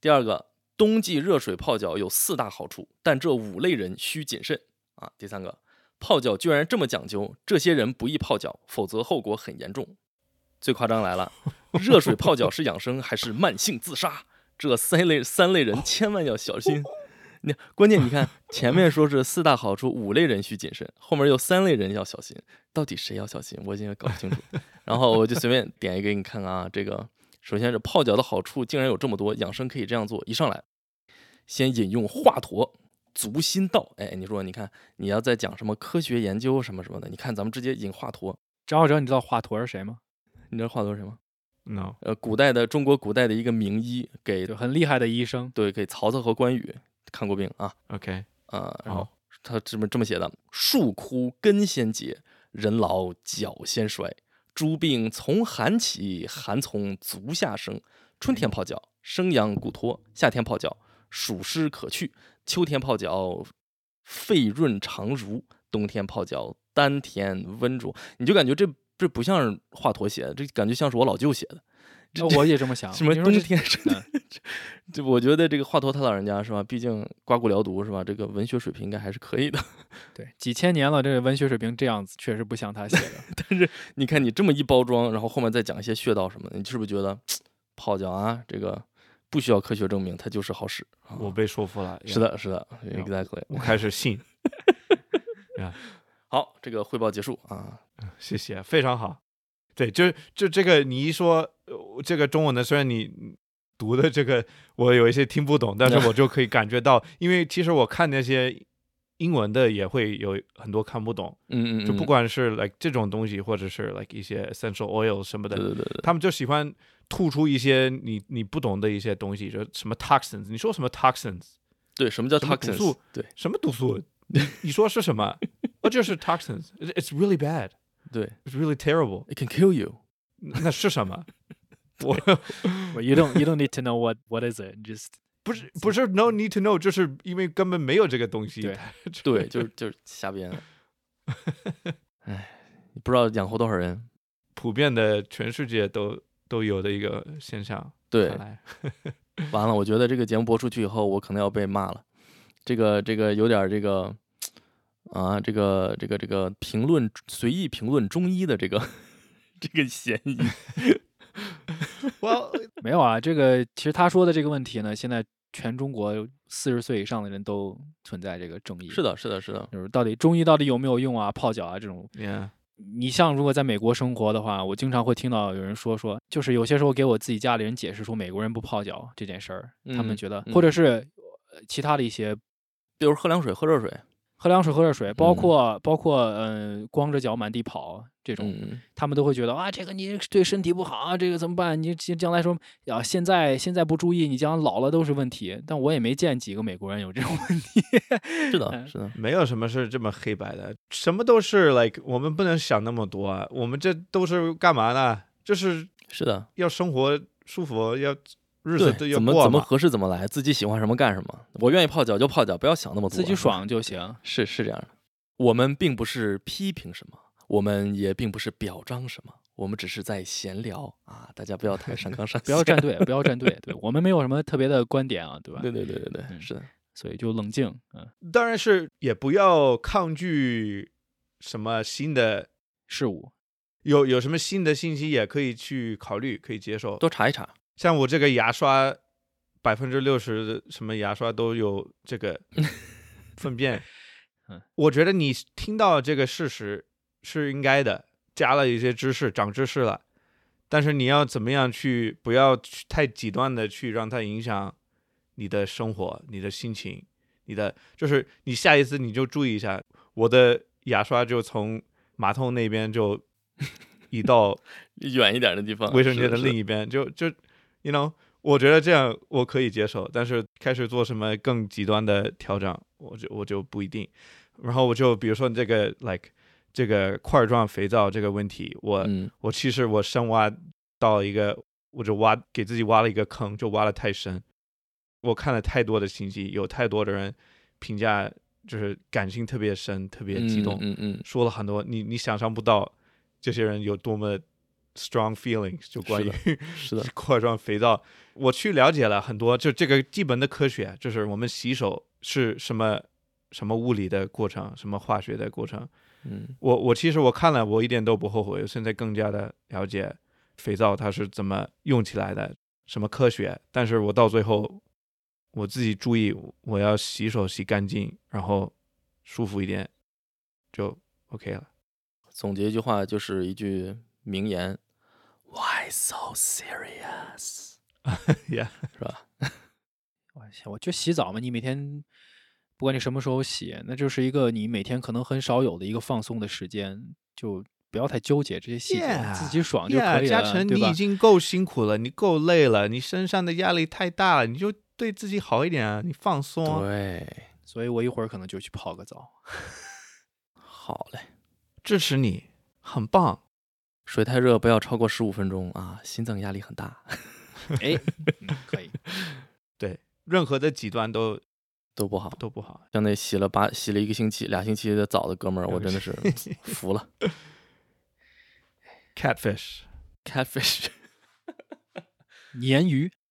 Speaker 3: 第二个，冬季热水泡脚有四大好处，但这五类人需谨慎啊。第三个，泡脚居然这么讲究，这些人不宜泡脚，否则后果很严重。最夸张来了，热水泡脚是养生还是慢性自杀？这三类三类人千万要小心。那关键你看，前面说是四大好处，五类人需谨慎，后面又三类人要小心，到底谁要小心？我现在搞不清楚。然后我就随便点一个给你看看啊，这个首先是泡脚的好处竟然有这么多，养生可以这样做。一上来，先引用华佗。足心道，哎，你说，你看，你要再讲什么科学研究什么什么的，你看咱们直接引华佗，
Speaker 1: 张浩哲，你知道华佗是谁吗？
Speaker 3: 你知道华佗是谁吗？
Speaker 2: no，
Speaker 3: 呃，古代的中国古代的一个名医，给
Speaker 1: 就很厉害的医生。
Speaker 3: 对给曹操和关羽看过病啊，
Speaker 2: OK，
Speaker 3: 呃，然后
Speaker 2: 好，
Speaker 3: 他这么这么写的：树枯根先竭，人老脚先衰，诸病从寒起，寒从足下生。春天泡脚，生阳固脱；夏天泡脚，暑湿可去；秋天泡脚，肺润肠濡；冬天泡脚，丹田温灼。你就感觉这这不像是华佗写的，这感觉像是我老舅写的。
Speaker 1: 那 *laughs* 啊我也这么想。
Speaker 3: 什么
Speaker 1: 你说
Speaker 3: 冬
Speaker 1: 这
Speaker 3: 天是 *laughs*
Speaker 1: *laughs* 嗯
Speaker 3: 这我觉得这个华佗他老人家是吧？毕竟刮骨疗毒是吧？这个文学水平应该还是可以的。
Speaker 1: 对几千年了，这个文学水平这样子，确实不像他写的。
Speaker 3: 你看你这么一包装，然后后面再讲一些穴道什么的，你是不是觉得泡脚啊，这个不需要科学证明，它就是好使？啊
Speaker 2: 我被说服了，
Speaker 3: 是，的，是的
Speaker 2: 有
Speaker 3: ，exactly。
Speaker 2: 我开始
Speaker 3: *laughs*
Speaker 2: 信，
Speaker 3: 好，这个汇报结束啊。
Speaker 2: 谢谢，非常好。对，就就这个，你一说呃这个中文的，虽然你读的这个我有一些听不懂，但是
Speaker 3: *laughs*
Speaker 2: 我就可以感觉到，因为其实我看那些英文的也会有很多看不懂，
Speaker 3: 嗯嗯，
Speaker 2: 就不
Speaker 3: 嗯，
Speaker 2: 管是 like 这种东西，或者是 like 一些 essential oil 什么
Speaker 3: 对
Speaker 2: 的，
Speaker 3: 对对对，
Speaker 2: 他们就喜欢突出一些你你不懂的一些东西，就什么 toxins，你说什么 toxins，
Speaker 3: 对什么叫
Speaker 2: 什么毒
Speaker 3: toxins？
Speaker 2: 素
Speaker 3: 对
Speaker 2: 什么毒素，你你说是什么？哦，就是 toxins，it's really bad，it's
Speaker 3: 对
Speaker 2: really terrible。
Speaker 3: ，it can kill you。 *laughs*
Speaker 2: 那那是什么？我
Speaker 1: you don't you don't need to know what what is it. Just
Speaker 2: 不是不是 no need to know，就是因为根本没有这个东西。 *laughs*
Speaker 1: 对
Speaker 3: 对，就是就是瞎 *laughs* 编。哎，你不知道养活多少人。
Speaker 2: 普遍的全世界都都有的一个现象。
Speaker 3: 对 *laughs*
Speaker 2: 看，来
Speaker 3: 完了，我觉得这个节目播出去以后，我可能要被骂了。这个这个有点儿这个啊，这个这个这个评论随意评论中医的这个 *laughs* 这个嫌
Speaker 1: *laughs*
Speaker 3: 疑。
Speaker 2: ，Well，
Speaker 1: 没有啊，这个其实他说的这个问题呢，现在全中国四十岁以上的人都存在这个争议。
Speaker 3: 是，的，是的，是的，
Speaker 1: 就是到底中医到底有没有用啊？泡脚啊这种，
Speaker 2: yeah，
Speaker 1: 你像如果在美国生活的话，我经常会听到有人说说，就是有些时候给我自己家里人解释说美国人不泡脚这件事儿，他们
Speaker 3: 嗯
Speaker 1: 觉得，
Speaker 3: 嗯
Speaker 1: 或者是呃其他的一些
Speaker 3: 比如喝凉水，喝热水。
Speaker 1: 喝凉水、喝热水，包
Speaker 3: 嗯
Speaker 1: 括、包括嗯、呃光着脚满地跑这种，
Speaker 3: 嗯，嗯
Speaker 1: 他们都会觉得啊，这个你对身体不好啊，这个怎么办？你将将来说啊，现在现在不注意，你将老了都是问题。但我也没见几个美国人有这
Speaker 2: *laughs*
Speaker 1: 种问题。
Speaker 3: 嗯是
Speaker 1: 嗯
Speaker 3: 的，是的，
Speaker 2: 没有什么是这么黑白的，什么都是 like 我们不能想那么多啊，我们这都是干嘛呢？就是
Speaker 3: 是的。
Speaker 2: 要生活舒服，要日子都
Speaker 3: 对，
Speaker 2: 要
Speaker 3: 怎么
Speaker 2: 过
Speaker 3: 怎么
Speaker 2: 嘛。
Speaker 3: 合适怎么来，自己喜欢什么干什么。我愿意泡脚就泡脚，不要想那么多，
Speaker 1: 自己爽就行。
Speaker 3: 是是这样的，我们并不是批评什么，我们也并不是表彰什么，我们只是在闲聊啊，大家不要太上纲上线，
Speaker 1: 不要站队，不要站队，对我们没有什么特别的观点啊，对吧？
Speaker 3: 对对对对对，
Speaker 1: 嗯
Speaker 3: 是的，
Speaker 1: 所以就冷静，嗯，
Speaker 2: 当然是也不要抗拒什么新的
Speaker 1: 事物，
Speaker 2: 有有什么新的信息也可以去考虑，可以接受。
Speaker 3: 多查一查，
Speaker 2: 像我这个牙刷，百分之六十的什么牙刷都有这个粪便
Speaker 1: 嗯。
Speaker 2: 我觉得你听到这个事实是应该的，加了一些知识，长知识了。但是你要怎么样去，不要去太极端的去让它影响你的生活、你的心情、你的，就是你下一次你就注意一下，我的牙刷就从马桶那边就移到
Speaker 3: 远一点的地方，
Speaker 2: 卫生间
Speaker 3: 啊是
Speaker 2: 的
Speaker 3: 是
Speaker 2: 另一边，就就，you know，我觉得这样我可以接受，但是开始做什么更极端的调整，我就我就不一定。然后我就比如说这个 like 这个块状肥皂这个问题，我、
Speaker 3: 嗯
Speaker 2: 我其实我深挖到一个，我就挖给自己挖了一个坑，就挖的太深。我看了太多的信息，有太多的人评价，就是感情特别深，特别激动。
Speaker 3: 嗯嗯，嗯
Speaker 2: 说了很多你你想象不到这些人有多么 strong feelings，就关于 *laughs*
Speaker 3: 是的，
Speaker 2: 块状肥皂，我去了解了很多，就这个基本的科学，就是我们洗手是什么什么物理的过程，什么化学的过程。
Speaker 3: 嗯
Speaker 2: 我我其实我看了，我一点都不后悔，我现在更加的了解肥皂它是怎么用起来的，什么科学。但是我到最后我自己注意，我要洗手洗干净，然后舒服一点，就 OK 了。
Speaker 3: 总结一句话就是一句名言，Why so serious？
Speaker 2: yeah，
Speaker 3: 是吧？
Speaker 1: 我想我就洗澡嘛，你每天不管你什么时候洗，那就是一个你每天可能很少有的一个放松的时间，就不要太纠结这些细节自己爽就可以了
Speaker 2: 嘉诚，
Speaker 1: 对
Speaker 2: 你
Speaker 1: 吧
Speaker 2: 已？经够辛苦了，你够累了，你身上的压力太大了，你就对自己好一点啊，你放松啊。
Speaker 3: 对，
Speaker 1: 所以我一会儿可能就去泡个澡。
Speaker 3: 好嘞。
Speaker 2: 支持你，很棒。
Speaker 3: 水太热，不要超过十五分钟啊！心脏压力很大，
Speaker 1: 哎，嗯可以，
Speaker 2: 任何的极端都
Speaker 3: 都不好。
Speaker 2: 都不好。
Speaker 3: 像那洗了八洗了一个星期、俩星期的澡的哥们儿，我真的 *laughs* 是服了。
Speaker 2: Catfish，
Speaker 3: Catfish，
Speaker 1: 鲶鱼。
Speaker 3: *laughs*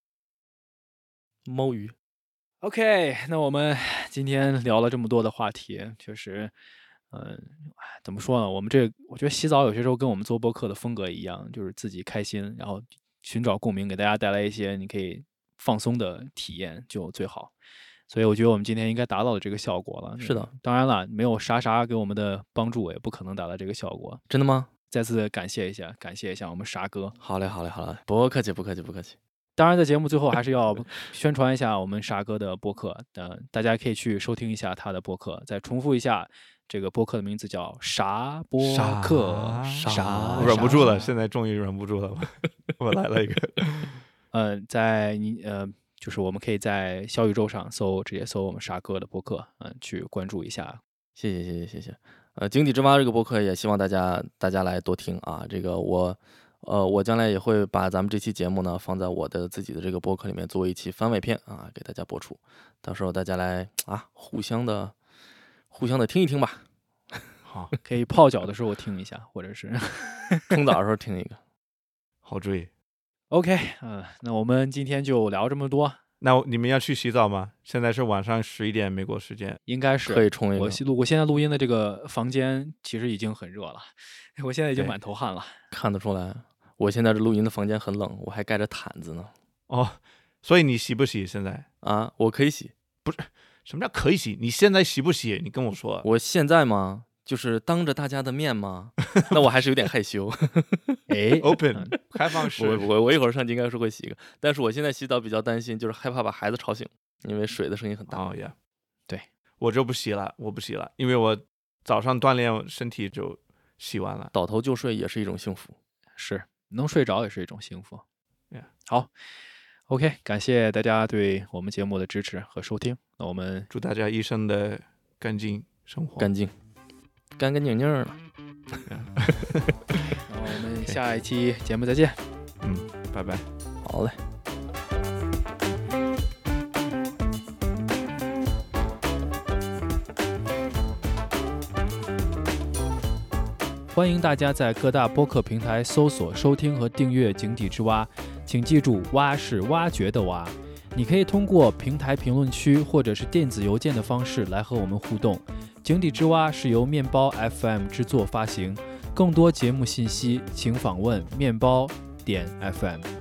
Speaker 3: 猫鱼，
Speaker 1: OK，那我们 *sighs* 今天聊了这么多的话题，确实，嗯、哎怎么说呢？我们这我觉得洗澡有些时候跟我们做播客的风格一样，就是自己开心，然后寻找共鸣，给大家带来一些你可以放松的体验就最好。所以我觉得我们今天应该达到了这个效果了。
Speaker 3: 是的，
Speaker 1: 当然了，没有啥啥给我们的帮助，也不可能达到这个效果。
Speaker 3: 真的吗？
Speaker 1: 再次感谢一下，感谢一下我们啥哥。
Speaker 3: 好嘞，好嘞，好嘞，不客气，不客气，不客气。
Speaker 1: 当然，在节目最后还是要宣传一下我们傻哥的播客，呃，大家可以去收听一下他的播客。再重复一下，这个播客的名字叫啥播
Speaker 2: 傻
Speaker 1: 客？
Speaker 2: 傻
Speaker 1: 傻
Speaker 2: 我忍不住了，
Speaker 1: 傻
Speaker 2: 现在终于忍不住了， *laughs* 我我来了一个，
Speaker 1: 呃，在你呃，就是我们可以在小宇宙上搜，直接搜我们傻哥的播客，嗯、去关注一下。
Speaker 3: 谢谢谢谢谢谢。呃，井底之蛙这个播客也希望大家大家来多听啊。这个我，呃，我将来也会把咱们这期节目呢放在我的自己的这个播客里面做一期番外篇啊，给大家播出。到时候大家来啊，互相的互相的听一听吧，
Speaker 2: 好
Speaker 1: 可以泡脚的时候听一下，或者是 *laughs*
Speaker 3: 冲澡的时候听一个。
Speaker 2: *laughs* 好主意。
Speaker 1: OK，嗯、那我们今天就聊这么多，
Speaker 2: 那你们要去洗澡吗？现在是晚上十一点美国时间，
Speaker 1: 应该是
Speaker 3: 可以冲一
Speaker 1: 我
Speaker 3: 个，
Speaker 1: 现录我现在录音的这个房间其实已经很热了， *laughs* 我现在已经
Speaker 2: 对
Speaker 1: 满头汗了。
Speaker 3: 看得出来。我现在这录音的房间很冷，我还盖着毯子呢。
Speaker 2: 哦，所以你洗不洗？现在
Speaker 3: 啊，我可以洗。
Speaker 2: 什么叫可以洗？你现在洗不洗？你跟我说。
Speaker 3: 我现在吗？就是当着大家的面吗？ *laughs* 那我还是有点害羞。
Speaker 1: *laughs* 哎
Speaker 2: *laughs* Open 开放
Speaker 3: 不会
Speaker 2: 式
Speaker 3: 不，会，我一会儿上去应该是会洗一个，但是我现在洗澡比较担心，就是害怕把孩子吵醒，因为水的声音很大。
Speaker 2: 哦呀，
Speaker 1: 对
Speaker 2: 我就不洗了，我不洗了，因为我早上锻炼身体就洗完了。
Speaker 3: 倒头就睡也是一种幸福。
Speaker 1: 是能睡着也是一种幸福。
Speaker 2: Yeah
Speaker 1: 好，OK，感谢大家对我们节目的支持和收听。那我们
Speaker 2: 祝大家一生的干净生活。
Speaker 3: 干净，干干净净儿的。
Speaker 1: *laughs* 那我们下一期节目再见。
Speaker 2: 嗯，拜拜。
Speaker 3: 好嘞。
Speaker 1: 欢迎大家在各大播客平台搜索、收听和订阅《井底之蛙》，请记住“蛙”是挖掘的“蛙”。你可以通过平台评论区或者是电子邮件的方式来和我们互动。《井底之蛙》是由面包 FM 制作发行，更多节目信息请访问面包点 FM。